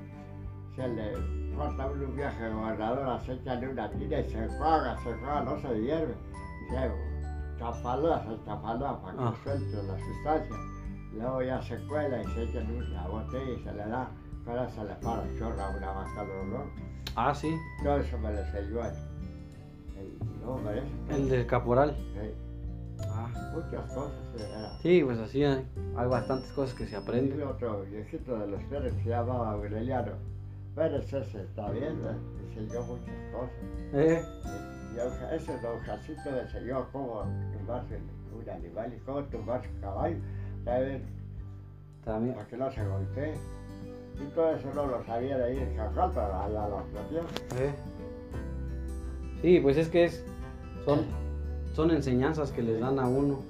Speaker 2: se le falta un viaje gobernadora, se echan una tira y se juega, se juega, no se hierve, se chapalea, se chapalea para que
Speaker 3: Ah.
Speaker 2: suelte la sustancia. Luego ya se cuela y se echa en una botella y se le da, pero se le para chorra a una vaca de olor.
Speaker 3: Ah, sí.
Speaker 2: Todo eso me lo enseñó el, el hombre ese,
Speaker 3: El del caporal.
Speaker 2: eh,
Speaker 3: Ah.
Speaker 2: muchas cosas era.
Speaker 3: Sí, pues así hay, hay bastantes cosas que se aprenden.
Speaker 2: Y otro viejito de los perros que se llamaba Aureliano. Pero ese se está viendo, enseñó muchas cosas.
Speaker 3: Eh,
Speaker 2: Y a- ese don Jacinto le enseñó cómo tumbarse un animal y cómo tumbarse un caballo, también
Speaker 3: también.
Speaker 2: para que no se golpee. Y todo eso no lo sabía de ahí en Jajal, pero a la lo aprendió.
Speaker 3: Eh. Sí, pues es que es, son, son enseñanzas que les dan a uno.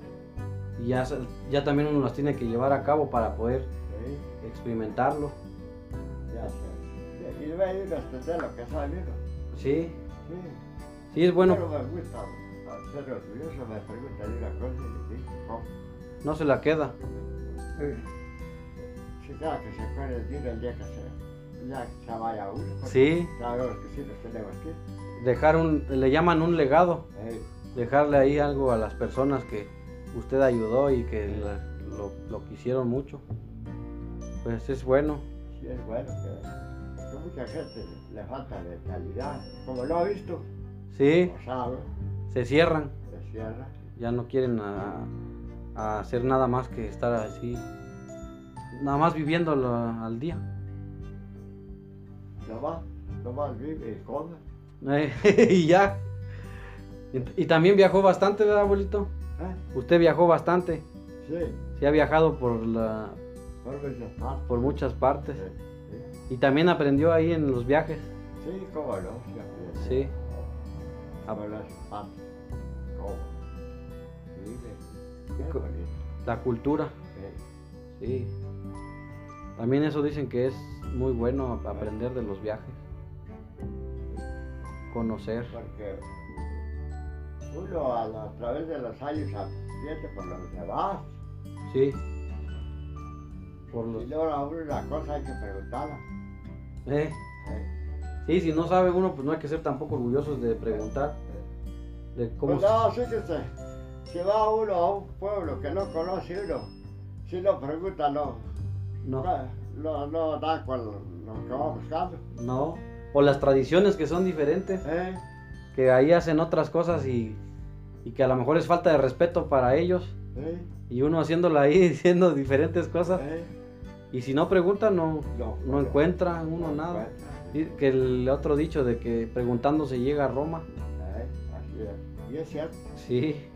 Speaker 3: Y ya, se- ya también uno las tiene que llevar a cabo para poder
Speaker 2: Sí,
Speaker 3: experimentarlo.
Speaker 2: ya sé. Y y ve uno a entender lo que sabe uno.
Speaker 3: Sí,
Speaker 2: Sí.
Speaker 3: sí es bueno.
Speaker 2: Pero me gusta al ser orgulloso, me preguntan una cosa y le digo, ¿cómo?
Speaker 3: No se la queda.
Speaker 2: Si cada que se acuerde de uno el día que se, ya que se vaya uno. porque
Speaker 3: Sí,
Speaker 2: Sabemos que sí nos tenemos que ir.
Speaker 3: dejar un, le llaman un legado.
Speaker 2: Eh,
Speaker 3: Dejarle ahí algo a las personas que usted ayudó y que la- lo, lo quisieron mucho. Pues es bueno.
Speaker 2: sí es bueno que, que mucha gente le falta mentalidad. Como lo ha visto,
Speaker 3: Sí,
Speaker 2: lo sabe,
Speaker 3: se cierran.
Speaker 2: se cierra.
Speaker 3: ya no quieren a- a hacer nada más que estar así, nada más viviendo al día.
Speaker 2: No va, no va, vive y come.
Speaker 3: Eh, y ya. Y, y también viajó bastante, ¿verdad, abuelito?
Speaker 2: ¿Eh?
Speaker 3: Usted viajó bastante.
Speaker 2: Sí,
Speaker 3: Se ha viajado por, la,
Speaker 2: por muchas partes.
Speaker 3: por muchas partes.
Speaker 2: Eh, sí.
Speaker 3: Y también aprendió ahí en los viajes.
Speaker 2: Sí, cómo no, siempre.
Speaker 3: Sí.
Speaker 2: Como las partes. Cómo. Vive. Qué
Speaker 3: Co-
Speaker 2: bonito.
Speaker 3: La cultura.
Speaker 2: Eh.
Speaker 3: Sí. También eso dicen que es muy bueno ap- aprender de los viajes. Conocer.
Speaker 2: porque uno a, la- a través de los años aprende por lo que va
Speaker 3: Sí. Por los,
Speaker 2: y luego a uno una cosa hay que preguntarla.
Speaker 3: Eh,
Speaker 2: ¿eh?
Speaker 3: sí, si no sabe uno, pues no hay que ser tampoco orgullosos de preguntar
Speaker 2: Eh,
Speaker 3: de cómo.
Speaker 2: Pues no, fíjese, si va uno a un pueblo que no conoce uno, si no pregunta no,
Speaker 3: No,
Speaker 2: no, no, no da con lo que va buscando.
Speaker 3: no. O las tradiciones que son diferentes,
Speaker 2: ¿eh?
Speaker 3: que ahí hacen otras cosas y, y que a lo mejor es falta de respeto para ellos.
Speaker 2: ¿eh?
Speaker 3: Y uno haciéndola ahí diciendo diferentes cosas.
Speaker 2: ¿eh?
Speaker 3: Y si no pregunta, no,
Speaker 2: No,
Speaker 3: no encuentra uno
Speaker 2: no
Speaker 3: nada.
Speaker 2: encuentra.
Speaker 3: Sí, Que el otro dicho de que preguntando se llega a Roma.
Speaker 2: ¿eh? Así es. Y es cierto,
Speaker 3: Sí,